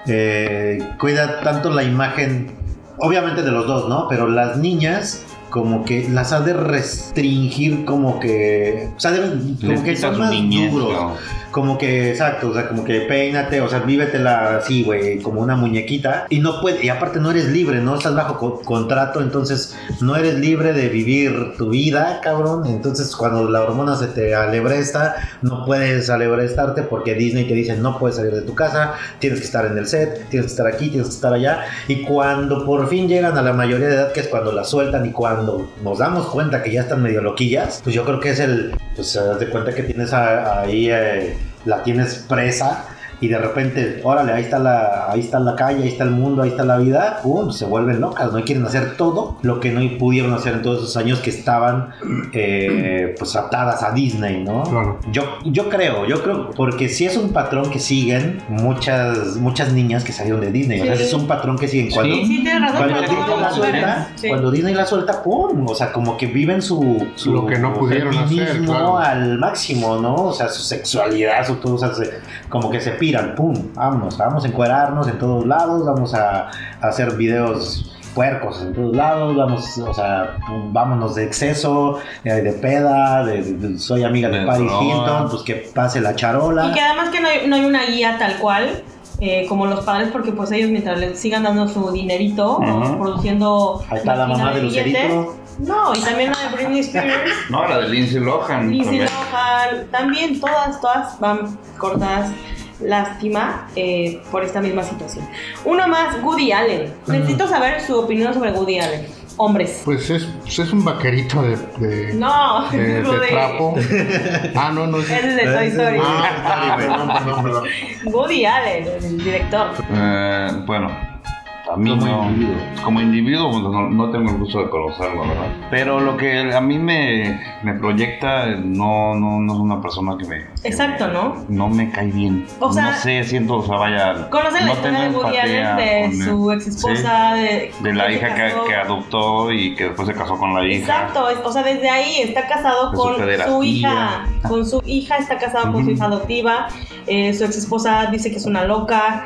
eh, cuida tanto la imagen, obviamente de los dos, ¿no? Pero las niñas como que las ha de restringir como que, o sea, deben,
Les
como que
quita
son
su
más
niñez,
duros,
¿no?
como que, exacto, o sea, como que peínate, o sea, vívetela así, güey, como una muñequita. Y no puede, y aparte no eres libre, ¿no? Estás bajo co- contrato, entonces no eres libre de vivir tu vida, cabrón. Entonces cuando la hormona se te alebresta, no puedes alebrestarte porque Disney te dice no puedes salir de tu casa, tienes que estar en el set, tienes que estar aquí, tienes que estar allá. Y cuando por fin llegan a la mayoría de edad, que es cuando la sueltan y cuando nos damos cuenta que ya están medio loquillas, pues yo creo que es el, pues se das de cuenta que tienes a- ahí, eh, la tienes presa y de repente, órale, ahí está la, ahí está la calle, ahí está el mundo, ahí está la vida, pum, se vuelven locas, no Y quieren hacer todo lo que no pudieron hacer en todos esos años que estaban eh, pues atadas a Disney, ¿no?
Claro.
Yo, yo creo, yo creo, porque si es un patrón que siguen muchas, muchas niñas que salieron de Disney, o sea,
Sí.
ese es un patrón que siguen cuando,
Sí, sí, tienes razón,
cuando
pero
Disney
no
la
lo superas.
suelta,
Sí.
cuando Disney la suelta, ¡pum! O sea, como que viven su, su
Lo que no pudieron hacer,
feminismo
claro.
al máximo, ¿no? O sea, su sexualidad, su todo, o sea, se- como que se piran, ¡pum! Vámonos, vamos a encuerarnos en todos lados, vamos a, a hacer videos puercos en todos lados, vamos, o sea, pum, vámonos de exceso, eh, de peda, de, de- de- soy amiga de,
De
Paris
broma.
Hilton, pues que pase la charola.
Y que además que no hay, no hay una guía tal cual, eh, como los padres, porque pues ellos mientras les sigan dando su dinerito,
Ajá.
produciendo...
Ahí está la
máquina
mamá de
billetes.
Lucerito.
No, y también la de Britney Spears,
No, la de Lindsay Lohan.
Lindsay
también.
Lohan, también todas, todas van cortadas. Lástima eh, por esta misma situación. Uno más, Woody Allen. Necesito saber su opinión sobre Woody Allen. Hombres.
Pues es, pues es un vaquerito de, de,
No,
de- de
digo de-
trapo. Ah, no, no,
Ese
ese
es de Toy Story.
Ah, perdón, perdón, perdón.
Woody Allen, el director.
Eh, bueno, A mí
Como
no.
individuo.
Como individuo pues, no, no tengo el gusto de conocerlo, ¿verdad? Pero lo que a mí me, me proyecta no, no, no es una persona que me... que
Exacto,
me-
¿no?
No me cae bien.
O sea-
no sé, siento, o sea, vaya...
Conoce la
no
historia de
tengo
Woody Allen,
empatía
de
con él.
su ex esposa, de,
Sí, de la
que se
hija que,
casó.
que adoptó y que después se casó con la hija.
Exacto, es- o sea, desde ahí está casado
De su Mm.
con su,
pederastía.
hija, con su hija, está casado con su
Ujú.
hija adoptiva, eh, su ex esposa dice que es una loca,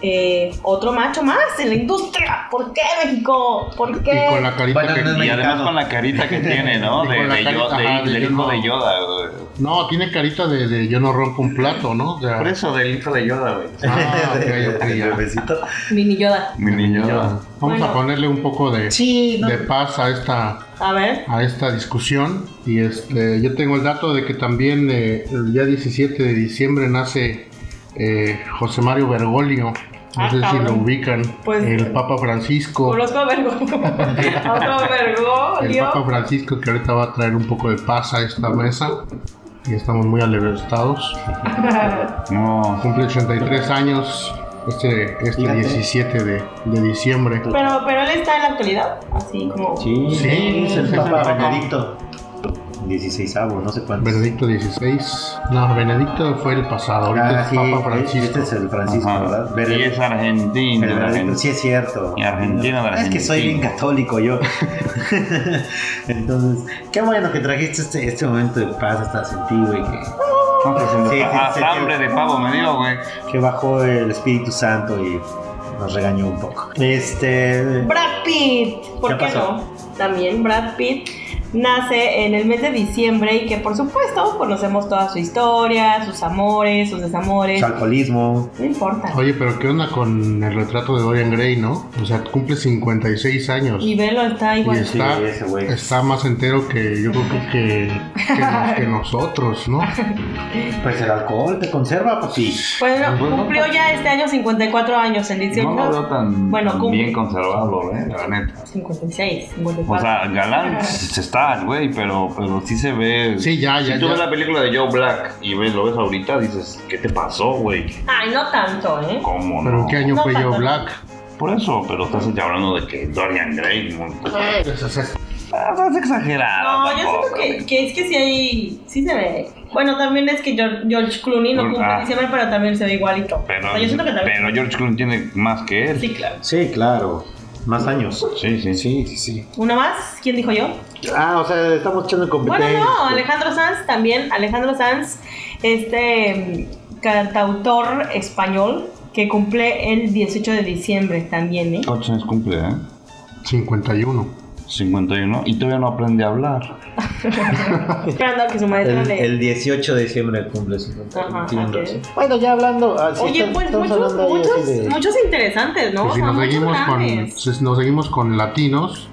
eh, otro macho más en la industria, ¿por qué México? ¿Por qué?
Y con la carita
Bueno,
que...
no es
Y además
mexicano.
con la carita que tiene, ¿no?
Y
De,
con la
de
carita,
Yo- de-
ajá, de
del
yo
hijo
no.
de Yoda. güey.
No, tiene carita de, de yo no rompo un plato, ¿no? O sea,
Por eso, del hijo de Yoda, güey.
Ah, ok, ok,
El
ya.
bebecito.
Mini Yoda,
Mi niño. Yoda.
Vamos
Bueno.
a ponerle un poco de,
Sí, no.
de paz a esta
a ver,
a esta discusión y este yo tengo el dato de que también eh, el día 17 de diciembre nace eh, José Mario Bergoglio no
Ah,
sé si
cabrón.
lo ubican
Pues-
el Papa Francisco
conozco a Vergo, otro
el
Bergoglio.
Papa Francisco que ahorita va a traer un poco de paz a esta mesa y estamos muy alegrados
No.
cumple 83 años este este
Fíjate.
17 de, de diciembre
Pero, pero él está en la actualidad, así como...
Sí,
Sí,
es el
sí,
Papa
sí.
Benedicto. 16 no sé cuánto.
Benedicto 16 no Benedicto fue el pasado ahorita
Ah,
es
sí,
Papa Francisco
este es el Francisco,
Ajá.
¿verdad?
Y es
Benedicto.
argentino.
El
argentino.
Benedicto, sí es cierto.
Y Argentina, de
Es que soy bien
Argentina.
católico yo. Entonces, qué bueno que trajiste este, este momento de paz hasta sentí, güey, que,
No, pues,
Sí, sí,
ah,
sí, sí.
hambre de pavo me dio, güey.
que bajó el Espíritu Santo y nos regañó un poco. Este,
Brad Pitt, ¿por
¿Qué
qué
pasó?
no? También Brad Pitt nace en el mes de diciembre y que por supuesto conocemos toda su historia, sus amores, sus desamores.
su alcoholismo.
No importa.
Oye, pero ¿qué onda con el retrato de Dorian Gray, no? O sea, cumple 56 años.
Y Velo está igual.
es- Está-
Sí, ese güey.
Está más entero que yo creo que, que- que nos- que nosotros, ¿no?
Pues el alcohol te conserva, papi.
Bueno,
Bueno,
cumplió
pues-
ya este año 54 años, el 18.
No lo veo tan,
Bueno,
tan
cum-
bien conservado, ¿eh? La neta.
56, 54.
O sea, galán se está, güey, pero, pero sí se ve.
Sí, ya, ya,
Si tú
ya.
ves la película de Joe Black y ves, lo ves ahorita, dices, ¿qué te pasó, güey?
Ay, no tanto, ¿eh?
¿Cómo
Pero
no?
¿en qué año
No
fue
tanto.
Joe Black?
Por eso, pero estás hablando de que Dorian Gray. No,
Pues,
O sea,
Ah, estás exagerado.
No, yo siento
tampoco,
que,
güey.
que es que sí hay. Sí se ve. Bueno, también es que George, George Clooney no cumple
Ah.
en diciembre, pero también se ve igualito.
Pero,
o sea, yo siento que también.
pero George Clooney tiene más que él.
Sí, claro.
Sí, claro. Más años.
Sí, sí.
Sí, sí, sí.
¿Una más? ¿Quién dijo yo?
Ah, o sea, estamos echando
Bueno,
competencia.
no, Alejandro Sanz también. Alejandro Sanz, este mm, cantautor español que cumple el 18 de diciembre también, ¿eh?
¿Cuántos años cumple, eh?
51.
51. Y todavía no aprende a hablar.
Esperando a que su maestra
El,
le...
el 18 de diciembre cumple su
Ajá,
tienen
ok.
razón. Bueno, ya hablando. ah, sí,
Oye,
estamos-
pues
estamos
muchos,
hablando ahí este, así
muchos,
de-
muchos interesantes, ¿no?
Pues
O
si
sea,
nos
muchos
seguimos, con,
grandes.
si nos seguimos con latinos,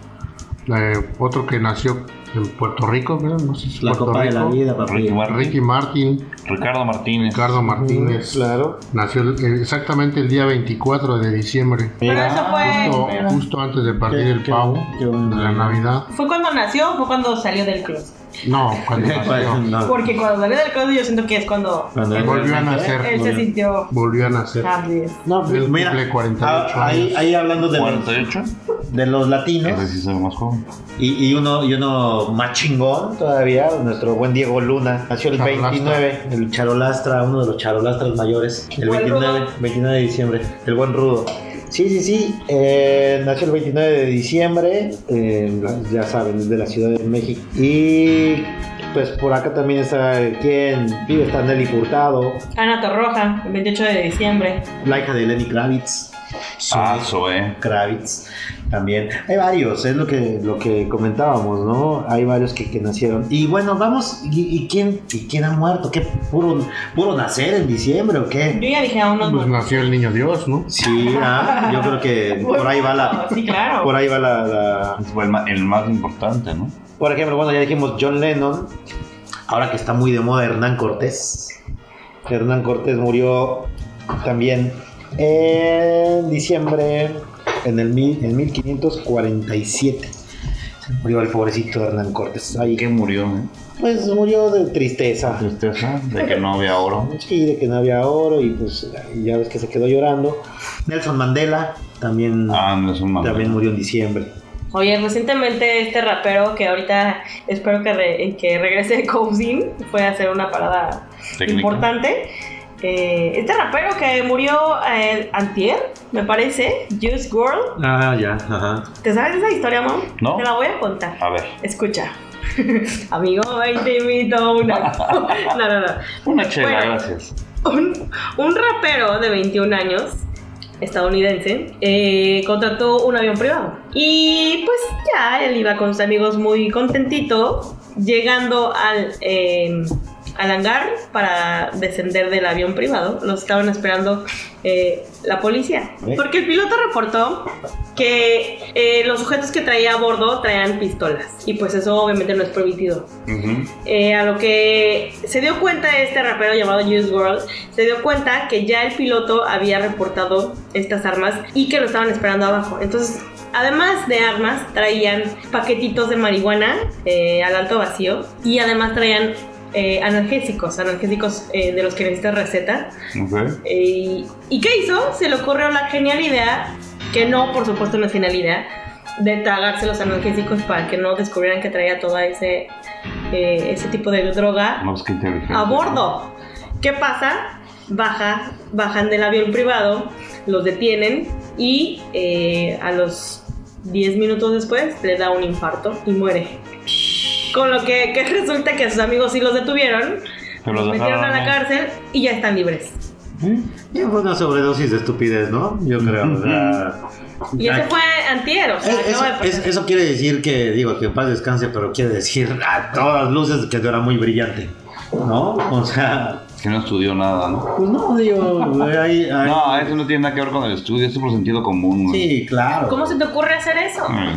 eh, otro que nació en Puerto Rico, ¿verdad? No sé si es
La
Puerto
copa de
Rico.
la vida, papi.
Ricky Martin.
Ricky Martin,
Ricardo Martínez.
Ricardo Martínez.
Claro.
Nació el- exactamente el día 24 de diciembre.
Pero
Mira,
eso fue...
Justo,
pero-
justo antes de partir
Qué-
el
qué-
pavo
qué bueno.
de la Navidad.
¿Fue cuando nació o fue cuando salió del closet?
No, cuando nació.
No.
Porque cuando salió del closet yo siento que es cuando
Cuando
Ah. Volvió a nacer.
él se sintió...
Volvió a nacer.
Así es.
No, pues,
Él
mira,
cumple 48
ah, ahí,
años.
ahí hablando de los,
48.
de los
Ese
latinos
sí se ve más joven.
y, y uno y uno más chingón todavía, nuestro buen Diego Luna, nació el
Charolastra.
29, el charolastra, uno de los charolastras mayores, el
Buen
29,
Rudo.
29 de diciembre, el buen rudo. Sí, sí, sí, eh, nació el 29 de diciembre, eh, ya saben, es de la Ciudad de México. Y pues por acá también está, ¿quién vive? Está Nelly Furtado,
Ana Torroja, el 28 de diciembre.
la hija de Lenny Kravitz.
Ah, eso, eh.
Kravitz también. Hay varios, es lo que, lo que comentábamos, ¿no? Hay varios que, que nacieron. Y bueno, vamos, ¿y, y quién, y quién ha muerto? ¿Qué puro, puro nacer en diciembre o qué?
Yo ya dije a unos
Pues nació el niño Dios, ¿no?
Sí, ah, yo creo que por ahí va la...
Sí, claro.
Por ahí va la, la-
Ese fue el más, el más importante, ¿no?
Por ejemplo, bueno, ya dijimos John Lennon. Ahora que está muy de moda Hernán Cortés. Hernán Cortés murió también en diciembre, en el mil- en 1547. Se murió el pobrecito Hernán Cortés.
¿Y
Ahí,
qué murió, eh?
pues murió de tristeza.
Tristeza de que no había oro.
Sí, de que no había oro y pues ya ves que se quedó llorando. Nelson Mandela también,
Ah, no es un mamá.
también murió en diciembre.
Oye, recientemente este rapero que ahorita espero que, re- que regrese de Cousin fue a hacer una parada
Técnica.
importante. Eh, este rapero que murió eh, antier, me parece, Juice Girl.
Ah, ya, ajá.
¿Te sabes esa historia, mam?
No. Ah.
Te la voy a contar.
A ver,
Escucha. Amigo, ahí te invito a una. No, no, no.
una chela,
Bueno.
gracias.
un, un rapero de 21 años estadounidense eh, contrató un avión privado y pues ya él iba con sus amigos muy contentito llegando al eh, al hangar para descender del avión privado los estaban esperando eh, la policía porque el piloto reportó que eh, los sujetos que traía a bordo traían pistolas y pues eso obviamente no es permitido
Ujú.
eh, a lo que se dio cuenta este rapero llamado Juice World, se dio cuenta que ya el piloto había reportado estas armas y que lo estaban esperando abajo. Entonces, además de armas, traían paquetitos de marihuana eh, al alto vacío y además traían eh, analgésicos, analgésicos eh, de los que necesitas receta.
Ok.
Eh, ¿Y qué hizo? Se le ocurrió la genial idea, que no, por supuesto, no es genial idea, de tragarse los analgésicos para que no descubrieran que traía todo ese, eh, ese tipo de droga
No, pues qué inteligente.
a bordo. ¿Qué pasa? Baja, bajan del avión privado, los detienen y eh, a los 10 minutos después le da un infarto y muere. Con lo que, que resulta que sus amigos sí los detuvieron,
Pero
los
los
metieron a
dejaron,
la
¿no?
cárcel y ya están libres.
Ya fue una sobredosis de estupidez, ¿no? Yo creo. o sea,
Y ese
ya-
fue antier, o sea, pues,
Es- eso,
acaba de
es-
pasar.
eso quiere decir que, digo, que en paz descanse, pero quiere decir a todas luces que era muy brillante, ¿no? O sea,
Que no estudió nada, ¿no?
pues no, digo, hay, hay-
No, eso no tiene nada que ver con el estudio, eso es por sentido común. güey.
sí, claro.
¿Cómo se te ocurre hacer eso?
Mm.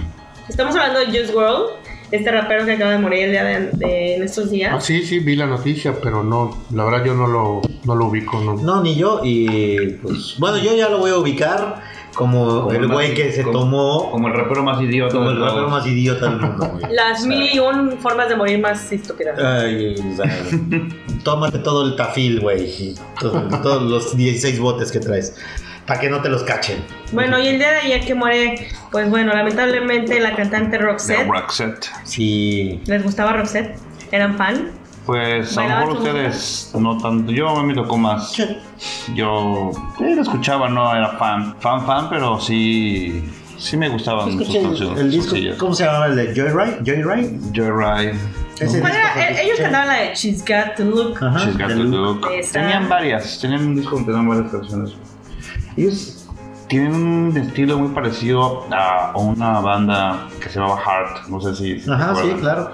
Estamos hablando de Juice World, este rapero que acaba de morir el día de, de- en estos
Ah,
días.
sí, sí, vi la noticia, pero no, la verdad yo no lo, no lo ubico, no.
No, ni yo, y pues, bueno, yo ya lo voy a ubicar como,
Como
el
más-
güey que se
como-
tomó
Como el rapero más idiota.
como
de
el rapero
todos.
más idiota del mundo, güey.
Las
O sea,
mil y un formas de morir más
Eh.
estúpidas.
Ay, o sea, tómate todo el tafil, güey. y todo- todos los 16 botes que traes. Para que no te los cachen.
Bueno, y el día de ayer que muere, pues bueno, lamentablemente la cantante
De
Roxette,
Roxette.
Sí.
¿les gustaba Roxette? ¿Eran fan?
Pues a lo
Bailaban
mejor
su
ustedes no tanto. Yo a mí me tocó más. Yo eh, lo escuchaba, no era fan. Fan, fan, pero sí. Sí me gustaban sus
Escuché el,
canciones.
el disco, ¿cómo se llamaba el de Joyride? Joyride?
Joyride,
Ese
¿Cuál
disco
era?
fue
Eh,
que
Ellos
escuché.
cantaban la de She's Got to Look.
Ajá,
She's Got
de
to
Luke.
Look.
Esa.
Tenían varias, tenían un disco que tenían varias canciones. Ellos tienen un estilo muy parecido a una banda que se llamaba Heart. No sé si. si
Ajá,
se
sí,
acuerdan.
claro.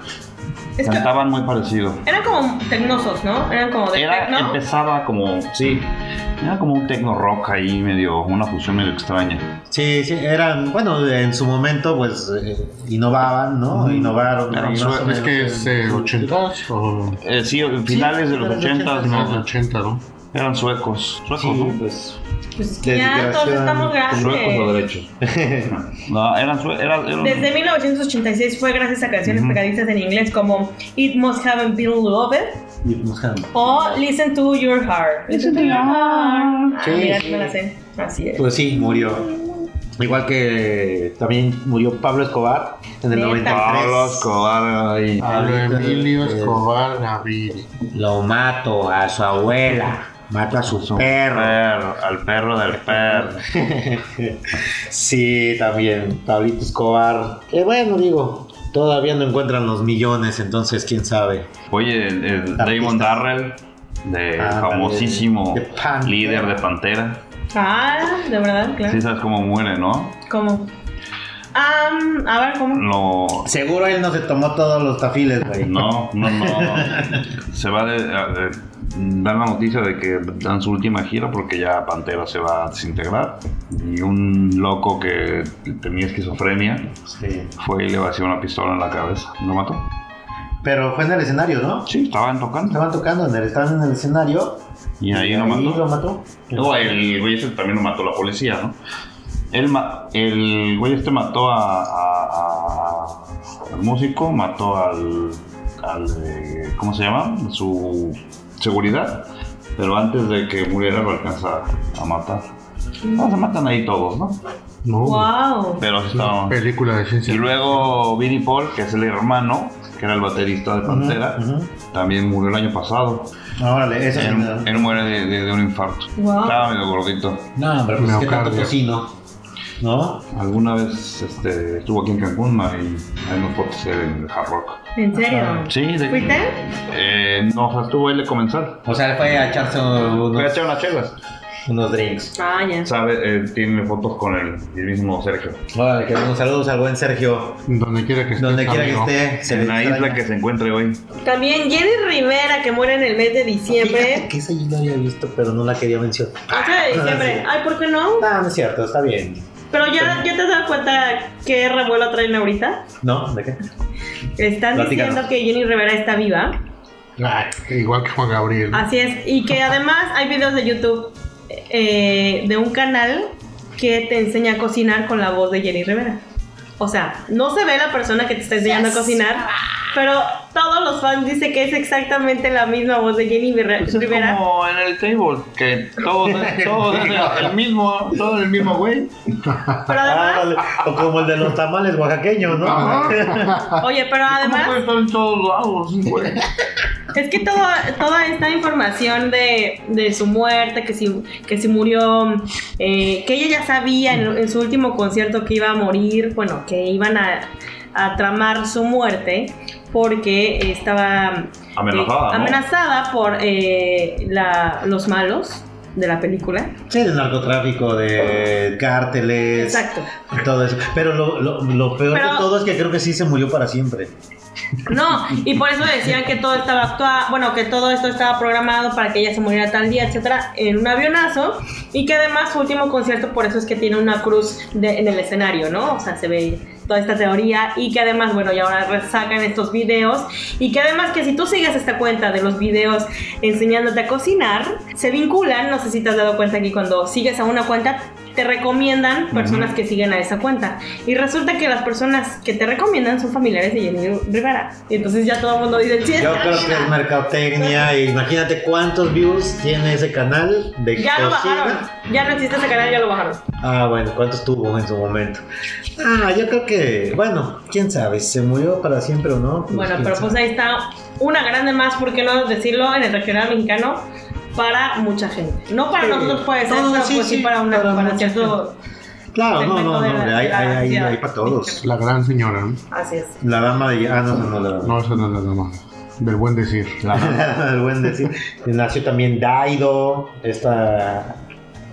Es que
Cantaban muy parecido.
eran como tecnosos, ¿no? Eran como de
Era,
tecno.
empezaba como, sí, era como un techno rock ahí medio, una fusión medio extraña.
Sí, sí, eran, bueno, en su momento, pues, eh, innovaban, ¿no?
Ujú.
Innovaron.
Eran
y
su-
más o
pues, Es
menos
que es eh,
en-
80s o
Eh, sí, finales de
finales de
los 80,
ochentas,
finales de
¿no?
80, ¿no?
eran suecos, suecos,
Sí,
¿no?
pues.
Pues es que ya todos estamos
Suecos o
grandes.
derechos. no, eran suecos, eran, eran-
Desde 1986 fue gracias a canciones
Ujú.
pegadizas en inglés como It Must Haven't Been Loved
y, pues,
o Listen to Your Heart. Listen to Your Heart.
Sí,
ah, mira,
sí.
me la sé. Así es.
Pues sí, murió. Igual que también murió Pablo Escobar en el
Neta.
93.
Pablo Escobar ahí.
Ah.
Pablo
Ahorita,
Emilio
eh,
Escobar Gaviria.
Lo mato a su abuela. Mato a su perro.
Perro, al perro del perro.
sí, también. Pablito Escobar. Que bueno, digo. Todavía no encuentran los millones, entonces quién sabe.
Oye, el, el Damon Darrell, de
Ah,
famosísimo
también. De Pantera.
líder de Pantera.
Ah, de verdad, claro.
Sí sabes cómo muere, ¿no?
¿Cómo? Am, a ver, ¿cómo?
Lo,
Seguro él no se tomó todos los tafiles, güey.
No, no, no. se va de, a- de- dan la noticia de que dan su última gira porque ya Pantera se va a desintegrar y un loco que tenía esquizofrenia
Sí.
fue y le vació una pistola en la cabeza. ¿Lo mató?
Pero fue en el escenario, ¿no?
Sí, estaban tocando.
Estaban tocando, en el, estaban en el escenario.
Y ahí lo mató.
lo mató.
No,
Este,
el güey ese también lo mató la policía, ¿no? El, ma- el güey este mató a, a- a- al músico, mató al, al, eh, ¿cómo se llama? Su seguridad, pero antes de que muriera lo alcanza a matar. No, se matan ahí todos, ¿no?
No.
Wow.
Pero sí estaban.
Película de
Y
ciencia.
luego Vinnie Paul, que es el hermano, que era el baterista de Pantera,
ujú.
también murió el año pasado.
Órale, eso sí Ah.
Él,
me da-
él muere de, de- de un infarto.
Wow.
Estaba medio gordito.
No, pero pues es que
Miocardio.
tampoco sí, ¿no? ¿No?
Alguna vez este, estuvo aquí en Cancún ¿no? y hay unos fotos de él en el Hard Rock.
¿En serio?
ah, Sí, de
¿Fuiste?
Eh, no, o sea, estuvo él de comenzar.
O sea, fue a echarse unos,
Voy a echar unas chelas.
unos drinks.
Ah, ya.
Sabe, eh, tiene fotos con el, el mismo Sergio.
Órale, que un saludos al buen Sergio.
Donde quiera que esté.
Donde quiera que esté, se
En
le
la isla
extraña.
que se encuentre hoy.
También Jenny Rivera, que muere en el mes de
Fíjate
diciembre.
que esa yo la había visto, pero no la quería mencionar.
8 de diciembre. Ay, ¿por qué no?
Ah, no es cierto, está bien.
Pero ya, ya te das cuenta qué revuelo traen ahorita.
¿No? ¿De qué?
Están
Platícanos.
diciendo que Jenny Rivera está viva.
Ay, igual que Juan Gabriel.
Así es. Y que además hay videos de YouTube eh, de un canal que te enseña a cocinar con la voz de Jenny Rivera. O sea, no se ve la persona que te está enseñando a cocinar, pero todos los fans dicen que es exactamente la misma voz de Jenny Rivera.
Pues es como en el table, que todo, todo es el mismo, todo es el mismo güey.
Pero
Ah,
además,
vale. O como el de los tamales oaxaqueños, ¿no?
Ah,
oye, pero
¿Cómo
además
puede estar en todos lados, güey?
Es que todo, toda esta información de, de su muerte, que si, que si murió, eh, que ella ya sabía en, en su último concierto que iba a morir, bueno, que iban a, a tramar su muerte porque estaba
Amenazada,
eh,
¿no?
amenazada por eh, la- los malos de la película.
Sí, de narcotráfico, de cárteles,
Exacto.
todo eso. Pero lo, lo- lo peor
Pero-
de todo es que creo que sí se murió para siempre.
No, y por eso decían que todo estaba actuado, bueno, que todo esto estaba programado para que ella se muriera tal día, etcétera, en un avionazo, y que además su último concierto, por eso es que tiene una cruz de- en el escenario, ¿no? O sea, se ve toda esta teoría, y que además, bueno, y ahora resacan estos videos, y que además que si tú sigues esta cuenta de los videos enseñándote a cocinar, se vinculan, no sé si te has dado cuenta aquí cuando sigues a una cuenta, te recomiendan personas que siguen a esa cuenta. Y resulta que las personas que te recomiendan son familiares de Jenny Rivera. Y entonces ya todo el mundo dice, sí,
Yo
está
creo que
viva".
es mercadotecnia. e imagínate cuántos views tiene ese canal de
Ya lo
cocina.
bajaron. Ya no existe ese canal, ya lo bajaron.
Ah, bueno, ¿cuántos tuvo en su momento? Ah, yo creo que, bueno, quién sabe, si se murió para siempre o no. Pues,
Bueno,
quién
pero
sabe.
pues ahí está una grande más, ¿por qué no decirlo? En el regional mexicano para mucha gente. No para
Sí.
nosotros puede ser,
No,
pero
sí,
pues sí,
sí,
para, una,
para
para
mucha
cierto...
Claro, no, no,
segmento de
no,
la-
hay,
de la-
hay, hay,
de la-
hay para todos.
La gran señora, ¿no?
Así es.
La dama de... Ah, no, no, no, la
No, esa no es la dama. Del buen decir.
dama. El buen decir. Nació también Daido, esta...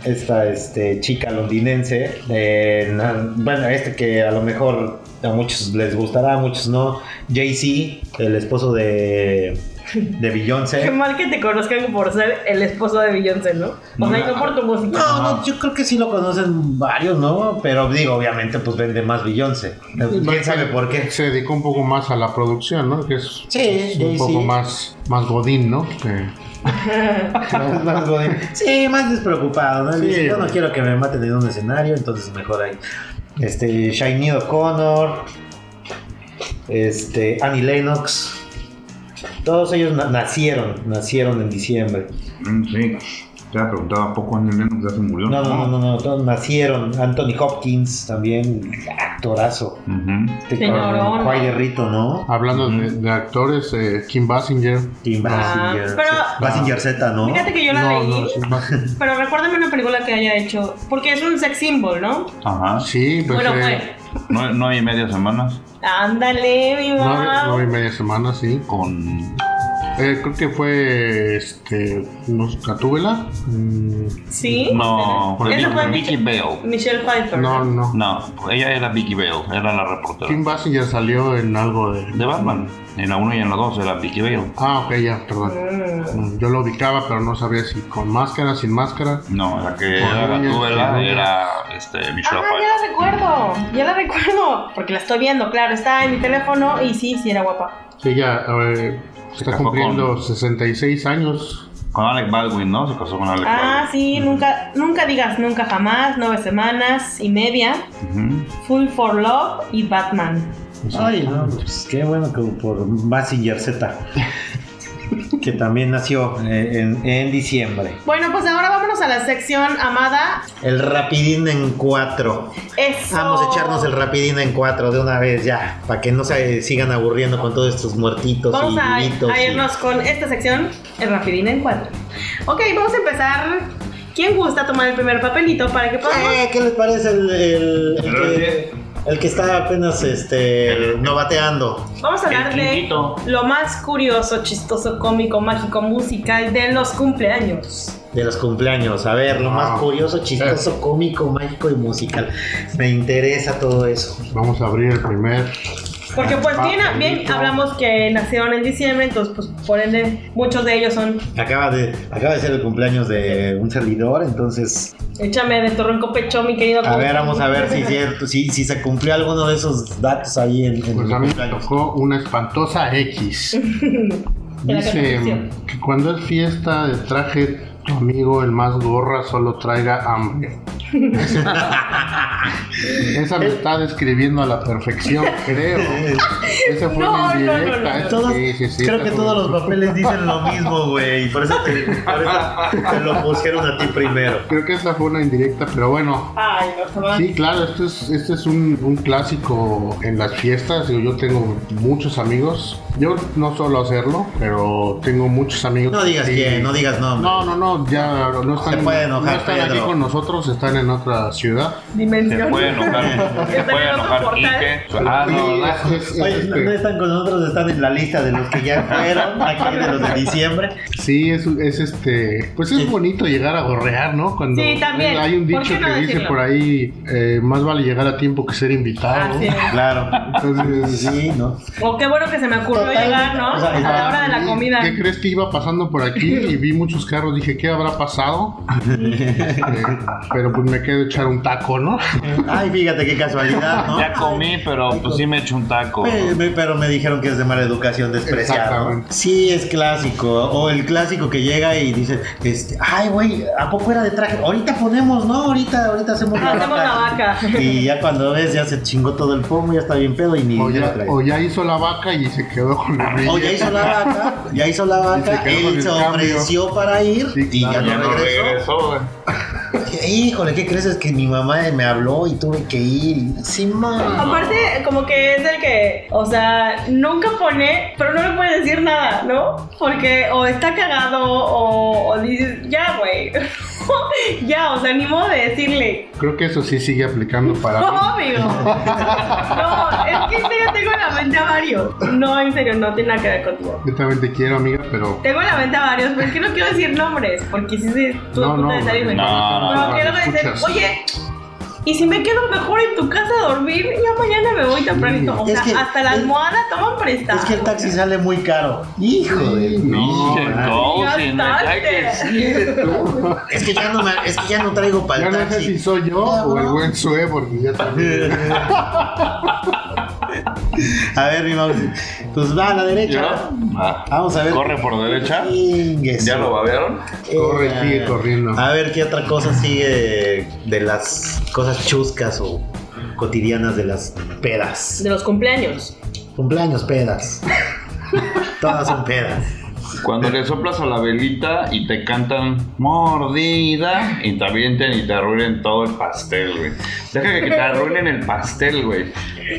Esta este, chica londinense, eh, na- bueno, este que a lo mejor a muchos les gustará, a muchos no. Jay-Z, el esposo de, de Beyoncé.
Qué mal que te conozcan por ser el esposo de Beyoncé, ¿no? O sea, y no por tu música.
No, no, yo creo que sí lo conocen varios, ¿no? Pero digo, obviamente, pues vende más Beyoncé. ¿Quién sabe por qué?
Se dedicó un poco más a la producción, ¿no? Que es
Sí,
es un
sí,
poco
sí.
más, más godín, ¿no? Que-
Más- más godín. sí, más despreocupado, ¿no?
Sí,
Dice, yo no
güey.
quiero que me maten en un escenario, entonces mejor ahí. Este, Shiny O'Connor, este, Annie Lennox. Todos ellos na- nacieron, nacieron en diciembre.
Mm, Sí, te había preguntado ¿a poco Annie Lennox ya se murió?
No, no, no, no, no, todos nacieron. Anthony Hopkins también, actorazo.
Ujú.
Este
Señorón.
Juay de Rito, ¿no?
Hablando de,
Ujú.
de actores, eh, Kim Basinger.
Kim
Ah,
Basinger.
pero-
Basinger Z, ¿no?
Fíjate que yo la
No,
leí,
no, sí, Basinger.
pero recuérdame una película que haya hecho, porque es un sex symbol, ¿no?
Ajá.
Sí, pues.
bueno,
eh,
No, no hay media semanas
fue. Ándale, mi
nueve,
mamá.
nueve y media semana, sí.
con...
Eh, creo que fue. Este. No, sé, Catúbela. Mm,
Sí.
No,
Esa
Vicky-
fue
Vicky
Vicky-
Bale.
Michelle Pfeiffer.
No, no.
No, ella era Vicky Bale, era la reportera.
Kim Basinger salió en algo de.
De Batman, en la 1 y en la 2 era Vicky Bale.
Ah, ok, ya, perdón.
Mm.
Mm, Yo lo ubicaba, pero no sabía si con máscara, sin máscara.
No, la que
Por
era
niños,
Gatúbela
sí,
era este, Michelle
Ah, ya la recuerdo, ya la recuerdo, porque la estoy viendo, claro, está en mi teléfono y sí, sí era guapa.
Sí, Ella eh,
Se
está
casó
cumpliendo
con-
66 años.
Pfeiffer. Con Alec Baldwin, ¿no? Se casó con Alec
Ah, sí, nunca, nunca digas nunca jamás, nueve semanas y media,
Baldwin.
Full for Love y Batman.
ah, pues, Ay, no, pues qué bueno que por Basinger Z. que también nació eh, en, en diciembre.
Bueno, pues ahora vámonos a la sección amada.
El rapidín en cuatro.
Eso.
Vamos a echarnos el rapidín en cuatro de una vez ya, para que no se sigan aburriendo con todos estos muertitos
Vamos
y
a,
vivitos
a
y-
irnos con esta sección, el rapidín en cuatro. Ok, vamos a empezar. ¿Quién gusta tomar el primer papelito para que podamos?
Eh, ¿Qué les parece el, el- el
Pero
que, el que está apenas este no bateando?
Vamos a hablar
El
de
quinquito.
lo más curioso, chistoso, cómico, mágico, musical de los cumpleaños.
De los cumpleaños. A ver, lo más
Ah.
curioso, chistoso, cómico, mágico y musical. Me interesa todo eso.
Vamos a abrir el primer.
Porque pues bien, bien
Papelito.
hablamos que nacieron en diciembre, entonces pues por ende muchos de ellos son
Acaba de, acaba de ser el cumpleaños de un servidor, entonces.
échame de torrón con pecho, mi querido.
A ver, vamos a ver si es cierto, si, si se cumplió alguno de esos datos ahí en, en
Pues
el
a mí me
cumpleaños.
tocó una espantosa X.
De la
Dice
Constitución.
que cuando es fiesta de traje, tu amigo el más gorra solo traiga hambre. Esa me está describiendo a la perfección, creo. Esa fue
No, no,
una
no, no,
indirecta,
no.
Todos-
sí, sí, sí,
creo
esa
que
fue-
todos los papeles dicen lo mismo, güey. y Por eso, te, por eso te lo pusieron a ti primero.
Creo que esa fue una indirecta, pero bueno,
Ay, no, jamás.
Sí, claro, este es, este es un, un clásico en las fiestas. Digo, Yo tengo muchos amigos. Yo no suelo hacerlo, pero tengo muchos amigos.
No digas
que sí-
quién, no digas nombre.
No, no, no, ya no están,
Se puede enojar,
no están aquí
Pedro.
con nosotros, están en otra ciudad.
Se
dimensión.
puede enojar. Se
Está
puede
en otro
enojar.
portal.
Quique. Ah, no,
Sí,
no.
es- es- es
Oye, Pues, no
este-
no están con nosotros, están en la lista de los que ya fueron, aquí de los de diciembre.
Sí, es, es este. Pues es
Sí.
bonito llegar a gorrear, ¿no? Cuando
Sí, también.
Hay un
¿Por
dicho
qué no
que dice
decirlo?
por ahí: eh, más vale llegar a tiempo que ser invitado.
Así es.
Claro.
Entonces,
Sí, ¿no?
O qué bueno que se me ocurrió
Total.
llegar, ¿no?
O sea,
A la hora de la
¿Qué-
comida.
¿Qué crees que iba pasando por aquí? Y vi muchos carros, dije, ¿qué habrá pasado? Eh, pero pues me quedo echar un taco, ¿no?
Ay, fíjate qué casualidad, ¿no?
Ya comí, pero pues sí me eché un taco.
Me- me- Pero me dijeron que es de mala educación despreciar. ¿no?
Exactamente.
Sí, es clásico. O el clásico que llega y dice, este, ay, güey, ¿a poco era de traje? Ahorita ponemos, ¿no? Ahorita, ahorita hacemos la
Ah, Hacemos
vaca.
la vaca.
Y ya cuando ves, ya se chingó todo el pomo, ya está bien pedo y ni
O
lo
ya,
traes.
o ya hizo la vaca y se quedó con el billete.
O ya hizo la vaca, ya hizo la
Y se
vaca,
quedó con
él
el
se
cambio.
ofreció para ir
Sí,
y ya
claro,
Ya
no
no
regresó.
regresó, güey.
Híjole, ¿qué crees? Es que mi mamá me habló y tuve que ir. Sí, ma.
Aparte, como que es el que, o sea, nunca pone, pero no le puede decir nada, ¿no? Porque o está cagado o, o dices, ya, güey. ya, o sea, ni modo de decirle.
Creo que eso sí sigue aplicando para mí.
Obvio. No, es que en serio tengo en la mente a varios. No, en serio, no tiene nada que ver contigo.
Yo también te quiero, amiga, pero...
Tengo en la mente a varios, pero es que no quiero decir nombres, porque si sí, tú
No, no,
de salir y me
no, no,
Pero
no,
quiero decir,
escuchas.
oye, ¿y si me quedo mejor en tu casa a dormir? Ya mañana me voy tempranito. O
Es
sea,
que-
hasta la
es-
almohada toman prestada.
Es que el taxi sale muy caro. Hijo de...
No,
Pinche
no.
coaching, me cae que sí.
Es que ya no, me- es que ya no traigo para
Ya
el
no sé si
taxi.
soy yo
Ya,
o el
no.
buen Sue, porque ya también...
A ver, mi mamá. Pues va a la
Ya.
derecha.
Ah.
Vamos a ver.
Corre por derecha.
Chingues.
¿Ya lo babearon?
Eh,
Corre, sigue corriendo.
A ver qué otra cosa sigue de las cosas chuscas o cotidianas de las pedas.
De los cumpleaños.
Cumpleaños, pedas. Todas son pedas.
Cuando le soplas a la velita y te cantan mordida y te avienten y te arruinen todo el pastel, güey. Deja que te arruinen el pastel, güey.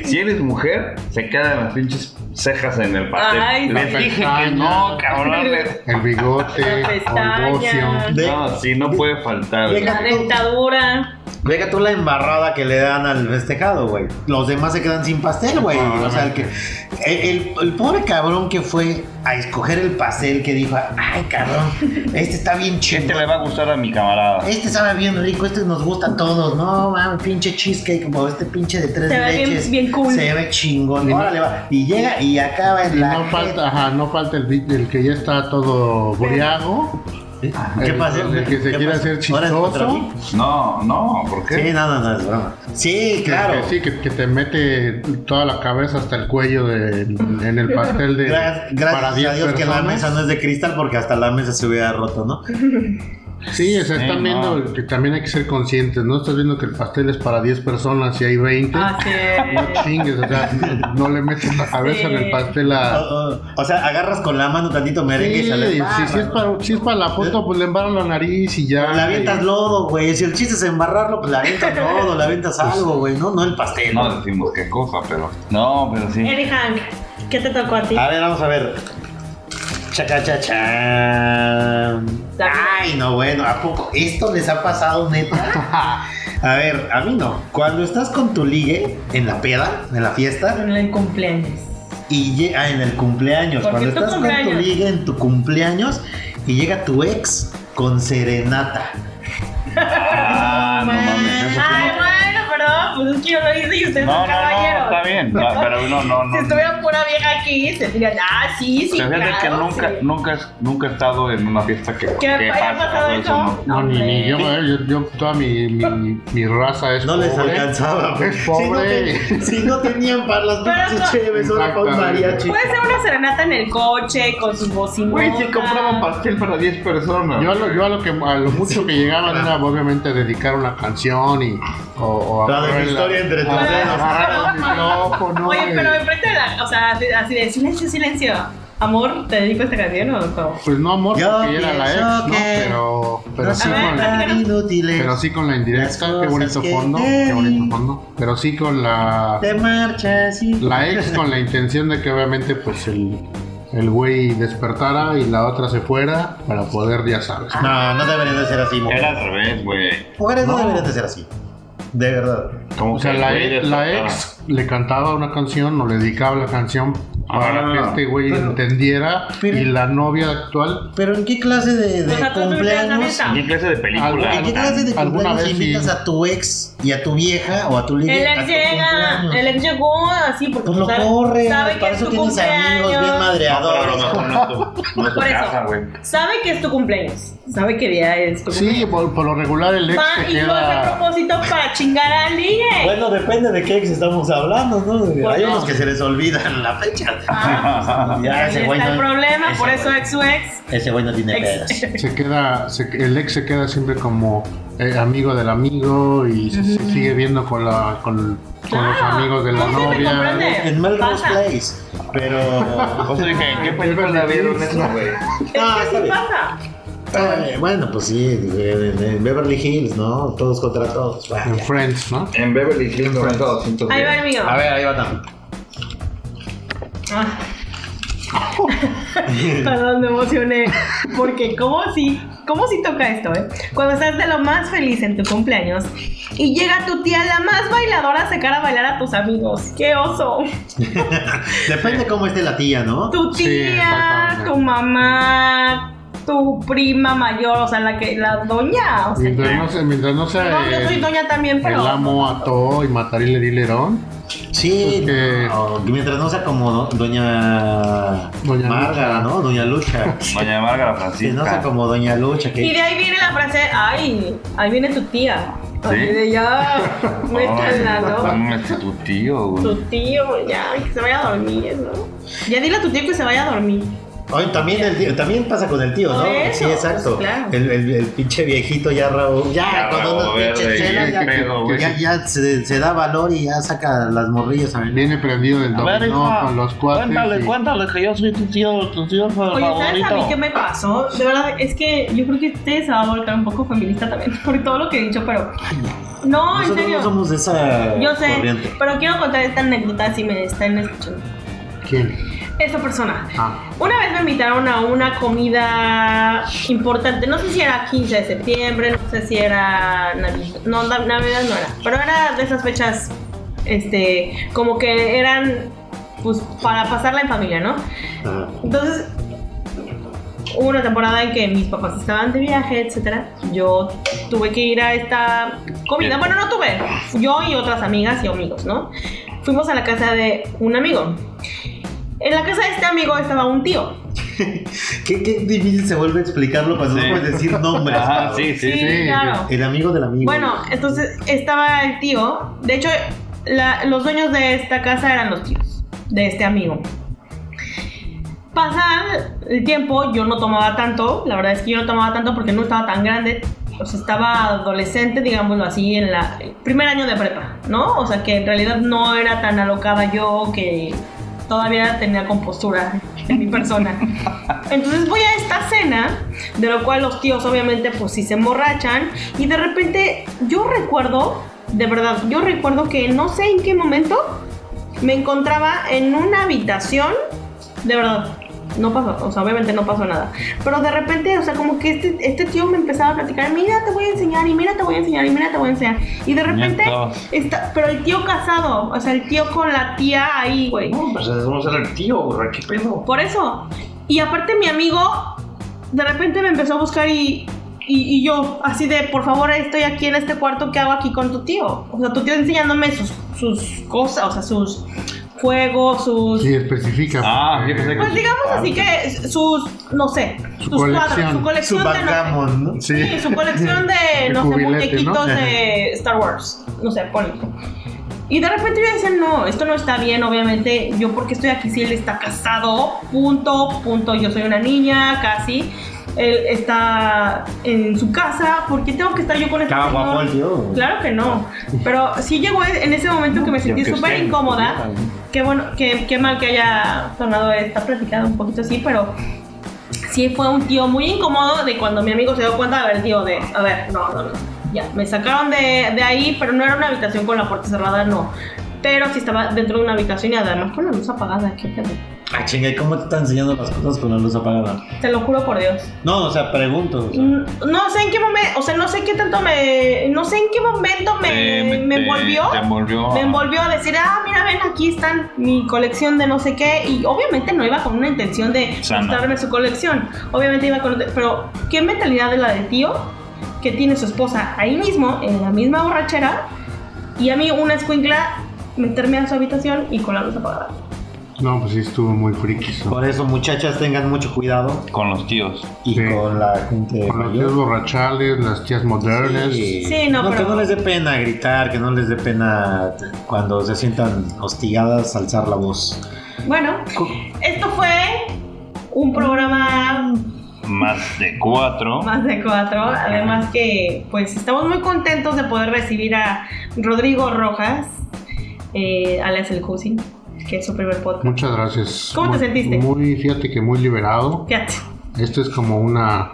Si eres mujer, se quedan las pinches cejas en el pastel.
Ay,
Les
sí.
dije que no, cabrones.
El bigote,
oh,
Las
el
pestañas.
bocio.
De-
No, sí, no puede faltar. güey.
La dentadura.
Venga tú la embarrada que le dan al festejado, güey. Los demás se quedan sin pastel, güey. O sea, el que. El, el pobre cabrón que fue a escoger el pastel que dijo, ay, cabrón, este está bien chido.
Este le va a gustar a mi camarada.
Este sabe bien rico, este nos gusta a todos. No, mames, pinche cheesecake, como este pinche de tres
Se ve bien-
leches.
bien cool.
Se ve chingón. Órale, va. Y llega y acaba en
Y
la.
no falta, ajá, no falta el, bi- el que ya está todo briago.
Ah, ¿Qué
el-
pasó?
el que se
¿Qué
quiere
pasó?
hacer
Ahora es contra
chistoso.
mí.
No, no, ¿por qué?
Sí, no, no, no, es broma. Sí,
Que-
claro.
Que, sí, que, que te mete toda la cabeza hasta el cuello de- en el pastel de.
Gra-
para
gracias
10
a Dios que la
personas.
mesa no es de cristal porque hasta la mesa se hubiera roto, ¿no?
Sí, o sea, están
Sí,
viendo
no.
que también hay que ser conscientes, ¿no? Estás viendo que el pastel es para 10 personas y hay 20.
Ah,
Así es.
Chingues, o sea, no le metes la cabeza en el pastel a.
O, o- o sea, agarras con la mano tantito merengue
Sí,
y se le
si, si es para, si es para la foto, pues le embarran la nariz y ya.
Pero le avientas lodo, güey. Si el chiste es embarrarlo, pues le avientas lodo, le avientas
Pues
algo, güey. No, no el pastel.
No decimos qué cosa, pero. No, pero sí.
Eric Hank, ¿qué te tocó a ti?
A ver, vamos a ver. Chacachachán. Ay, no, bueno, ¿a poco esto les ha pasado, neta? A ver, a mí no. Cuando estás con tu ligue en la peda, en la fiesta,
En el cumpleaños.
y lle- ah, en el cumpleaños, cuando
Porque es tu
estás con tu
cumpleaños.
ligue en tu cumpleaños y llega tu ex con serenata.
Ah, no mames, eso
Ay,
sí
bueno, pero pues es que yo lo hice y ustedes
no. No, no,
son
no,
caballeros.
está bien. No, pero no, no, no.
Si estuviera pura vieja aquí, se diría, ah, sí, sí,
Pero
claro.
fíjate que nunca,
sí.
nunca, he- nunca he estado en una fiesta que,
¿Que
que
haya pasado
todo
eso?
¿no?
No, ni, ni yo, güey, yo, yo- toda mi, mi, mi raza es
No les
pobre.
alcanzaba, güey.
Es pobre.
Si no, te- si no tenían para las
Pero
pinches
no-
chéves, ahora para un
Exactamente. Pues, eh,
mariachi.
Puede ser una serenata en el coche con sus bocinas.
Güey, si compraban pastel para 10 personas.
Yo, a lo, yo a lo que a lo mucho que llegaban era obviamente dedicar una canción y o, o
La de
agarrar
mi
la-
historia entre tus
agarrar-
dedos.
agarrar el micrófono.
Oye,
y-
pero enfrente de la. O sea, así de silencio, silencio. Amor, ¿te dedico a esta canción o cómo?
Pues no amor,
Yo
porque era la ex,
pienso
¿no?
que
Pero, pero
No
sí
son
A ver,
con
tan inútiles.
pero sí con la indirecta,
Las
qué bonito
cosas que
fondo,
te
qué
di.
bonito fondo. Pero sí con la
Te marchas y.
la ex con la intención de que obviamente pues el el güey despertara y la otra se fuera para poder, ya sabes.
No, no deberían de ser así,
Era
mujeres.
al revés, güey.
Mujeres no,
No.
deberían de ser así. De verdad.
Como
O sea,
que
la,
el güey
ex- la
despertaba.
ex le cantaba una canción o le dedicaba la canción para
Ah,
que este güey
pero-
entendiera
pero-
y la novia actual
Pero ¿en qué clase de, de
O sea, tú
cumpleaños?
tuvieras la neta.
¿Qué clase de película?
¿En qué clase de
¿Alguna
cumpleaños
vez
invitas
sí?
a tu ex y a tu vieja o a tu ligue
El
a
ex
tu
llega,
cumpleaños?
el ex llegó así porque
Pues lo
sabe-
corre,
sabe que
para
es
eso
tu
tienes amigos bien
cumpleaños.
No, pero a
madreadores.
lo mejor no es tu, no es tu
Por eso.
casa, güey.
Sabe que es tu cumpleaños. Sabe que día es tu
Sí, por, por lo regular el ex
cumpleaños. Va
se
y lo hace a
queda.
propósito para chingar a alguien.
Bueno, depende de qué ex estamos hablando, ¿no? Hay
no.
unos que se les olvidan la fecha.
Ah,
Ya,
ahí
ese
está
güey
el
no-
problema,
ese
por eso
güey.
ex su ex.
Ese güey no tiene pedas.
ex-
Se queda se- el ex se queda siempre como eh, amigo del amigo y se, se sigue viendo con, la, con, con los
Claro.
amigos de la
Sí, sí, me comprende.
novia.
En Melrose
Pasa.
Place. Pero.
O sea, dije, ¿en qué película vieron eso, güey?
Ah,
Es que
está
sí
bien.
pasa.
Eh, bueno, pues sí, digo, en, en Beverly Hills, ¿no? Todos contra todos.
En
vaya.
Friends, ¿no?
En Beverly Hills 90 200.
Ahí va el mío.
A ver, ahí va Tam.
Ah. Perdón, me emocioné. Porque cómo si, cómo si toca esto, ¿eh? Cuando estás de lo más feliz en tu cumpleaños y llega tu tía, la más bailadora, a sacar a bailar a tus amigos. ¡Qué oso!
Depende cómo esté la tía, ¿no?
Tu
Sí,
tía,
exactamente.
tu mamá, tu prima mayor, o sea, la que, la doña. O sea,
Mientras no, se- mientras no sea
no, yo soy
el,
doña también,
el
pero.
amo a todo y matar y le di lerón.
Sí,
Porque-
no, mientras no sea como do- Doña,
Doña
Márgara,
Lucha.
¿no? Doña Lucha.
Doña Márgara
Sí, no sea
Francisca.
como Doña Lucha,
Y
que
de ahí viene la frase, ay, ahí viene tu tía. Así
¿Sí?
de ya, métela,
No,
¿no?
no, es tu tío,
Tu
güey.
tío, ya, que se vaya a dormir, ¿no? Ya dile a tu tío que se vaya a dormir.
Oye, también, el tío- también pasa con el tío, ¿no?
Por eso,
sí, exacto.
pues, claro.
el, el- el pinche viejito ya, Raúl. Ya,
Ya,
cuando
Raúl,
unas pinches
verde,
chelas,
¿qué
ya,
pedo, güey?
ya- ya se, se da valor y ya saca las morrillas a ver.
Viene prendido del dominó con los cuates. y-
cuéntale que yo soy tu tío, tu tío
Oye, ¿sabes a mí qué me pasó? De verdad, es que yo creo que este se va a volcar un poco feminista también, por todo lo que he dicho, pero... No, en
Nosotros
serio.
no somos de esa
Yo sé,
corriente.
pero quiero contar esta anécdota si me están escuchando.
¿Quién?
Esta persona.
Ah,
Una vez me invitaron a una comida importante, no sé si era 15 de septiembre, no sé si era Navidad, no, na- Navidad no era, pero era de esas fechas, este, como que eran, pues, para pasarla en familia, ¿no?
Ah.
Entonces, hubo una temporada en que mis papás estaban de viaje, etcétera. Yo tuve que ir a esta comida. Bueno, no tuve. Yo y otras amigas y amigos, ¿no? Fuimos a la casa de un amigo. En la casa de este amigo estaba un tío.
¿Qué, qué difícil se vuelve a explicarlo cuando
Sí.
no puedes decir nombres.
Ajá,
cabrón.
sí, sí, sí.
claro.
El amigo del amigo.
Bueno, entonces estaba el tío. De hecho, la- los dueños de esta casa eran los tíos de este amigo. Pasan el tiempo yo no tomaba tanto, la verdad es que yo no tomaba tanto porque no estaba tan grande, o sea, estaba adolescente, digámoslo así, en la el primer año de prepa, ¿no? O sea, que en realidad no era tan alocada yo que todavía tenía compostura en mi persona. Entonces voy a esta cena, de lo cual los tíos obviamente pues sí se emborrachan y de repente yo recuerdo, de verdad, yo recuerdo que no sé en qué momento me encontraba en una habitación, de verdad, no pasó, o sea, obviamente no pasó nada. Pero de repente, o sea, como que este, este tío me empezaba a platicar, mira, te voy a enseñar, y mira, te voy a enseñar, y mira, te voy a enseñar. Y de repente,
Nietos.
está, pero el tío casado, o sea, el tío con la tía ahí, güey.
No, pues vamos a ser el tío, güey, ¿qué pedo?
Por eso. Y aparte mi amigo de repente me empezó a buscar y, y, y yo así de, por favor, estoy aquí en este cuarto, ¿qué hago aquí con tu tío? O sea, tu tío enseñándome sus, sus cosas, o sea, sus juegos, sus...
Sí, especifica.
Ah,
porque-
yo pensé que-
Pues digamos así que sus, no sé,
Su
sus cuadros,
colección.
su
Su
colección de... no-
backgammon, ¿no?
Sí.
Sí, su colección de,
De
no sé,
cubilete,
muñequitos
¿no?
de Star Wars. No sé, ponle. Y de repente yo decía, no, esto no está bien, obviamente. Yo porque estoy aquí si él está casado, punto, punto. Yo soy una niña, casi. Él está en su casa, ¿por qué tengo que estar yo con este
Estaba guapo Oh, el
señor?
tío.
Claro que no. Pero sí llegó en ese momento que me sentí súper incómoda. Qué bueno, qué, qué mal que haya sonado esta platicada un poquito así, pero sí fue un tío muy incómodo de cuando mi amigo se dio cuenta, a ver, tío, de, a ver, no, no, no, ya, me sacaron de, de ahí, pero no era una habitación con la puerta cerrada, no. Pero sí estaba dentro de una habitación y además con la luz apagada, qué pedo.
Ah, chinga, ¿y cómo te están enseñando las cosas con la luz apagada?
Te lo juro por Dios.
No, o sea, pregunto. o sea.
Mm, No sé en qué momento, o sea, no sé qué tanto me, no sé en qué momento me,
Eh, Te-
me
te-
envolvió.
Te envolvió.
me envolvió a decir, ah, mira, ven, aquí están mi colección de no sé qué. Y obviamente no iba con una intención de
Sana.
mostrarme su colección. Obviamente iba con... Pero, ¿qué mentalidad es la del tío que tiene su esposa ahí mismo, en la misma borrachera? Y a mí una escuincla meterme a su habitación y con la luz apagada.
No, pues sí, estuvo muy friki. eso.
Por eso, muchachas, tengan mucho cuidado.
Con los tíos.
Y
Sí.
con la gente
Con los tíos
mayor.
borrachales, las tías modernas.
Sí, no, pero-
que no les dé pena gritar, que no les dé pena cuando se sientan hostigadas alzar la voz.
Bueno, esto fue un programa
Más de cuatro.
Más de cuatro. Además que, pues, estamos muy contentos de poder recibir a Rodrigo Rojas, eh, alias El Cousin, que es su primer podcast.
Muchas gracias.
¿Cómo te
Muy-
sentiste?
Muy, fíjate que muy liberado.
Fíjate,
Esto es como una.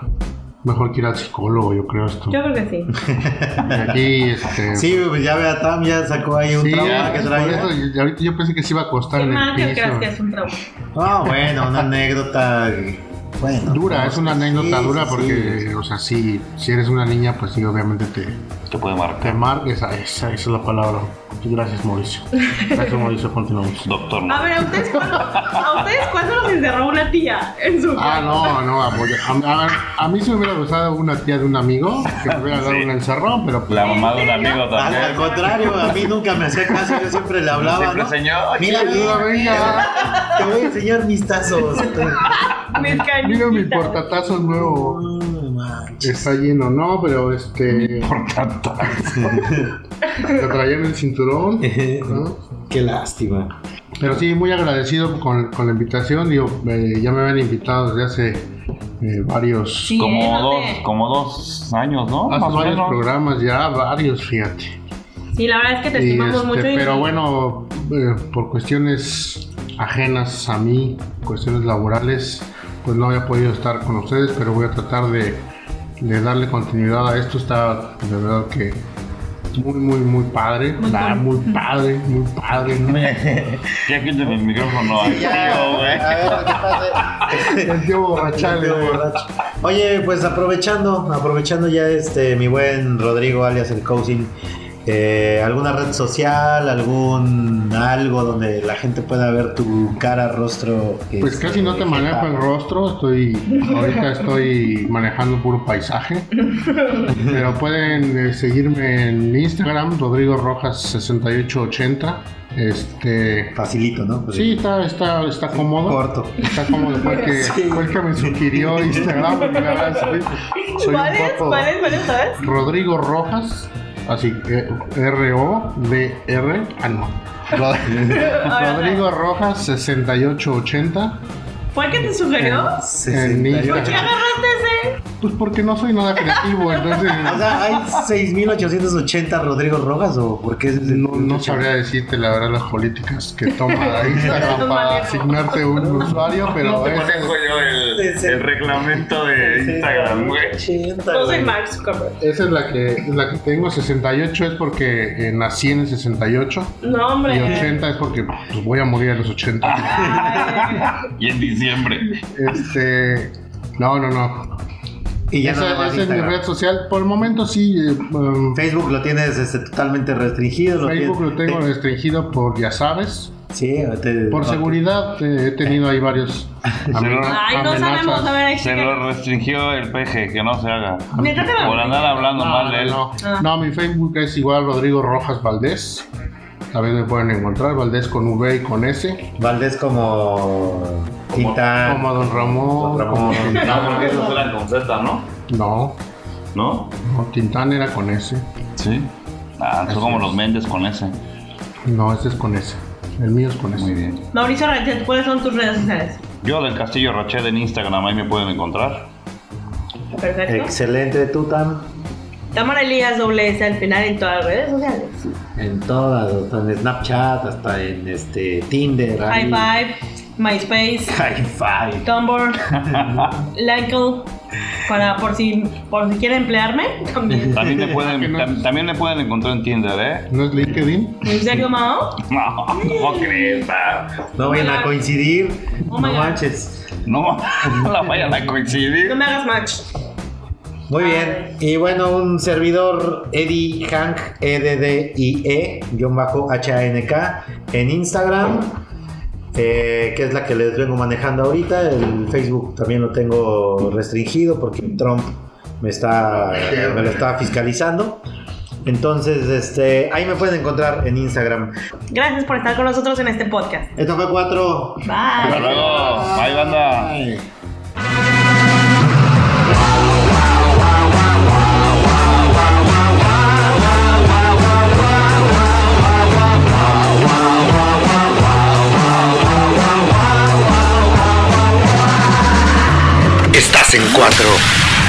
Mejor que ir al psicólogo, yo creo esto.
yo creo que sí.
Aquí, este.
Sí, pues ya vea, Tam ya sacó ahí un
sí,
trauma que
por
traía.
eso, y ahorita yo pensé que se iba a costar
Qué
en
mal que
el
creas que
piso.
es un trauma.
Ah, bueno, una anécdota. Bueno.
Dura, es una
Sí,
anécdota
sí,
dura
sí.
porque, o sea, sí, si eres una niña, pues sí, obviamente te,
Te puede
te
marcar.
marca. Esa, esa, esa es la palabra. Gracias, Mauricio. Gracias, Mauricio. Continuamos.
Doctor, no.
A ver, ¿a ustedes cuándo, a ustedes cuándo los encerró una tía en su
Ah,
casa?
no, no, amor. A, a- a mí se me hubiera gustado una tía de un amigo que me hubiera dado
Sí.
un encerrón, pero pues,
La mamá de un amigo
Al
también.
al contrario, a mí nunca me hacía caso, yo siempre le hablaba.
Siempre,
¿no?
señor.
Mira,
Ayuda, venga.
te voy a enseñar mis tazos.
Mis
Mira mi
canillitas.
portatazo nuevo.
No manches.
Está lleno, no, pero este.
Por tanto.
Lo traía en el cinturón. ¿no?
Qué lástima.
Pero sí, muy agradecido con, con la invitación. Digo, eh, ya me habían invitado desde hace eh, varios.
Sí, ¿eh?
Como
No
dos,
te-
como dos años, ¿no?
hace
Más o
varios
menos.
programas, ya varios, fíjate.
Sí, la verdad es que te
Y,
estimamos
este,
mucho. y-
pero bueno, eh, por cuestiones ajenas a mí, cuestiones laborales, pues no había podido estar con ustedes, pero voy a tratar de, de darle continuidad a esto. Está pues, de verdad que muy, muy, muy padre.
Muy
Ah,
cool.
Muy, padre, muy padre. ¿no?
Ya quítame el micrófono al tío,
A
güey.
ver, ¿qué pasa?
El tío borrachal,
Chale,
güey.
borracho. Oye, pues aprovechando, aprovechando ya este mi buen Rodrigo alias el Cousin, eh, alguna red social, algún algo donde la gente pueda ver tu cara, rostro.
Pues
este,
casi no te
jeta.
manejo el rostro, estoy ahorita estoy manejando puro paisaje. Pero pueden eh, seguirme en Instagram, Rodrigo Rojas 6880. Este
Facilito, ¿no? Pues,
sí está, está, está cómodo.
Corto.
Está cómodo fue el que, fue el que me sugirió Instagram. y la verdad, soy- soy un
¿Cuáles?
poco-
¿Cuáles? ¿Cuáles? ¿Sabes?
Rodrigo Rojas. Así, R-O-D-R. Ah, no. Rod-
Ahora,
Rodrigo Rojas 6880.
¿Fue que te sugirió?
Eh,
Sí,
En
sí.
Instagram.
¿Por qué agarraste ese?
Pues porque no soy nada creativo, entonces
O sea, ¿hay 6.880 Rodrigo Rojas o por qué? es el-
no, no sabría decirte la verdad las políticas que toma Instagram para asignarte un usuario, pero
No te
es-
conozco yo el,
Sí, sí.
el reglamento de Instagram, güey.
80,
No soy
güey.
Mark Zuckerberg.
Esa es la que, la que tengo, 68 es porque eh, nací en el 68
No, hombre.
y 80 es porque pues, voy a morir a los 80.
Ay,
Y en diciembre.
Este, no, no, no.
Y ya
esa
nada más
esa es mi
Instagram.
red social. Por el momento sí, eh, um,
Facebook lo tienes este, totalmente restringido.
Facebook lo
tienes-
tengo restringido por, ya sabes,
Sí, te-
por
no,
seguridad eh, he tenido ahí varios amen-
Ay, no sabemos. A
amenazas.
ver, hay
Se
que.
lo restringió el peje, que no se haga.
Neta te
Por
lo-
andar hablando mal ¿eh? de él.
No, no, no, mi Facebook es igual Rodrigo Rojas Valdés. También me pueden encontrar, Valdés con V y con S.
Valdés como Tintán.
Como Don Ramón.
Ah. Don Ramón.
como
No,
Tintán.
porque eso era con Z, ¿no?
No,
¿No?
no, Tintán era con S.
Sí. Ah, son como los Méndez con ese.
No, ese es con S. El mío es con S.
Muy bien.
Mauricio Ranchet, ¿cuáles son tus redes sociales?
Yo del Castillo Rachel en Instagram, ahí me pueden encontrar.
Perfecto.
Excelente Tutan.
Tamara Elías doble S al final en todas las redes sociales.
En todas, hasta en Snapchat, hasta en este Tinder.
High
ahí.
Five, MySpace,
High five.
Tumblr, Linkle, para por si por si quiere emplearme también.
También me pueden,
Que no.
tam- también me pueden encontrar en Tinder, ¿eh?
¿No es LinkedIn?
¿En serio, Mao?
No, ¿cómo crees? Ah,
No vayan a coincidir.
Oh my
no
God.
manches.
No, no la vayan a
No
coincidir.
me hagas match.
Muy bien. Y bueno, un servidor Eddie Hank, E D D I E, guión bajo H A N K en Instagram. eh, que es la que les vengo manejando ahorita. El Facebook también lo tengo restringido porque Trump me está me lo está fiscalizando. Entonces, este, ahí me pueden encontrar en Instagram.
Gracias por estar con nosotros en este podcast.
Esto fue 4.
Bye.
Hasta luego. Bye, banda.
Estás en cuatro.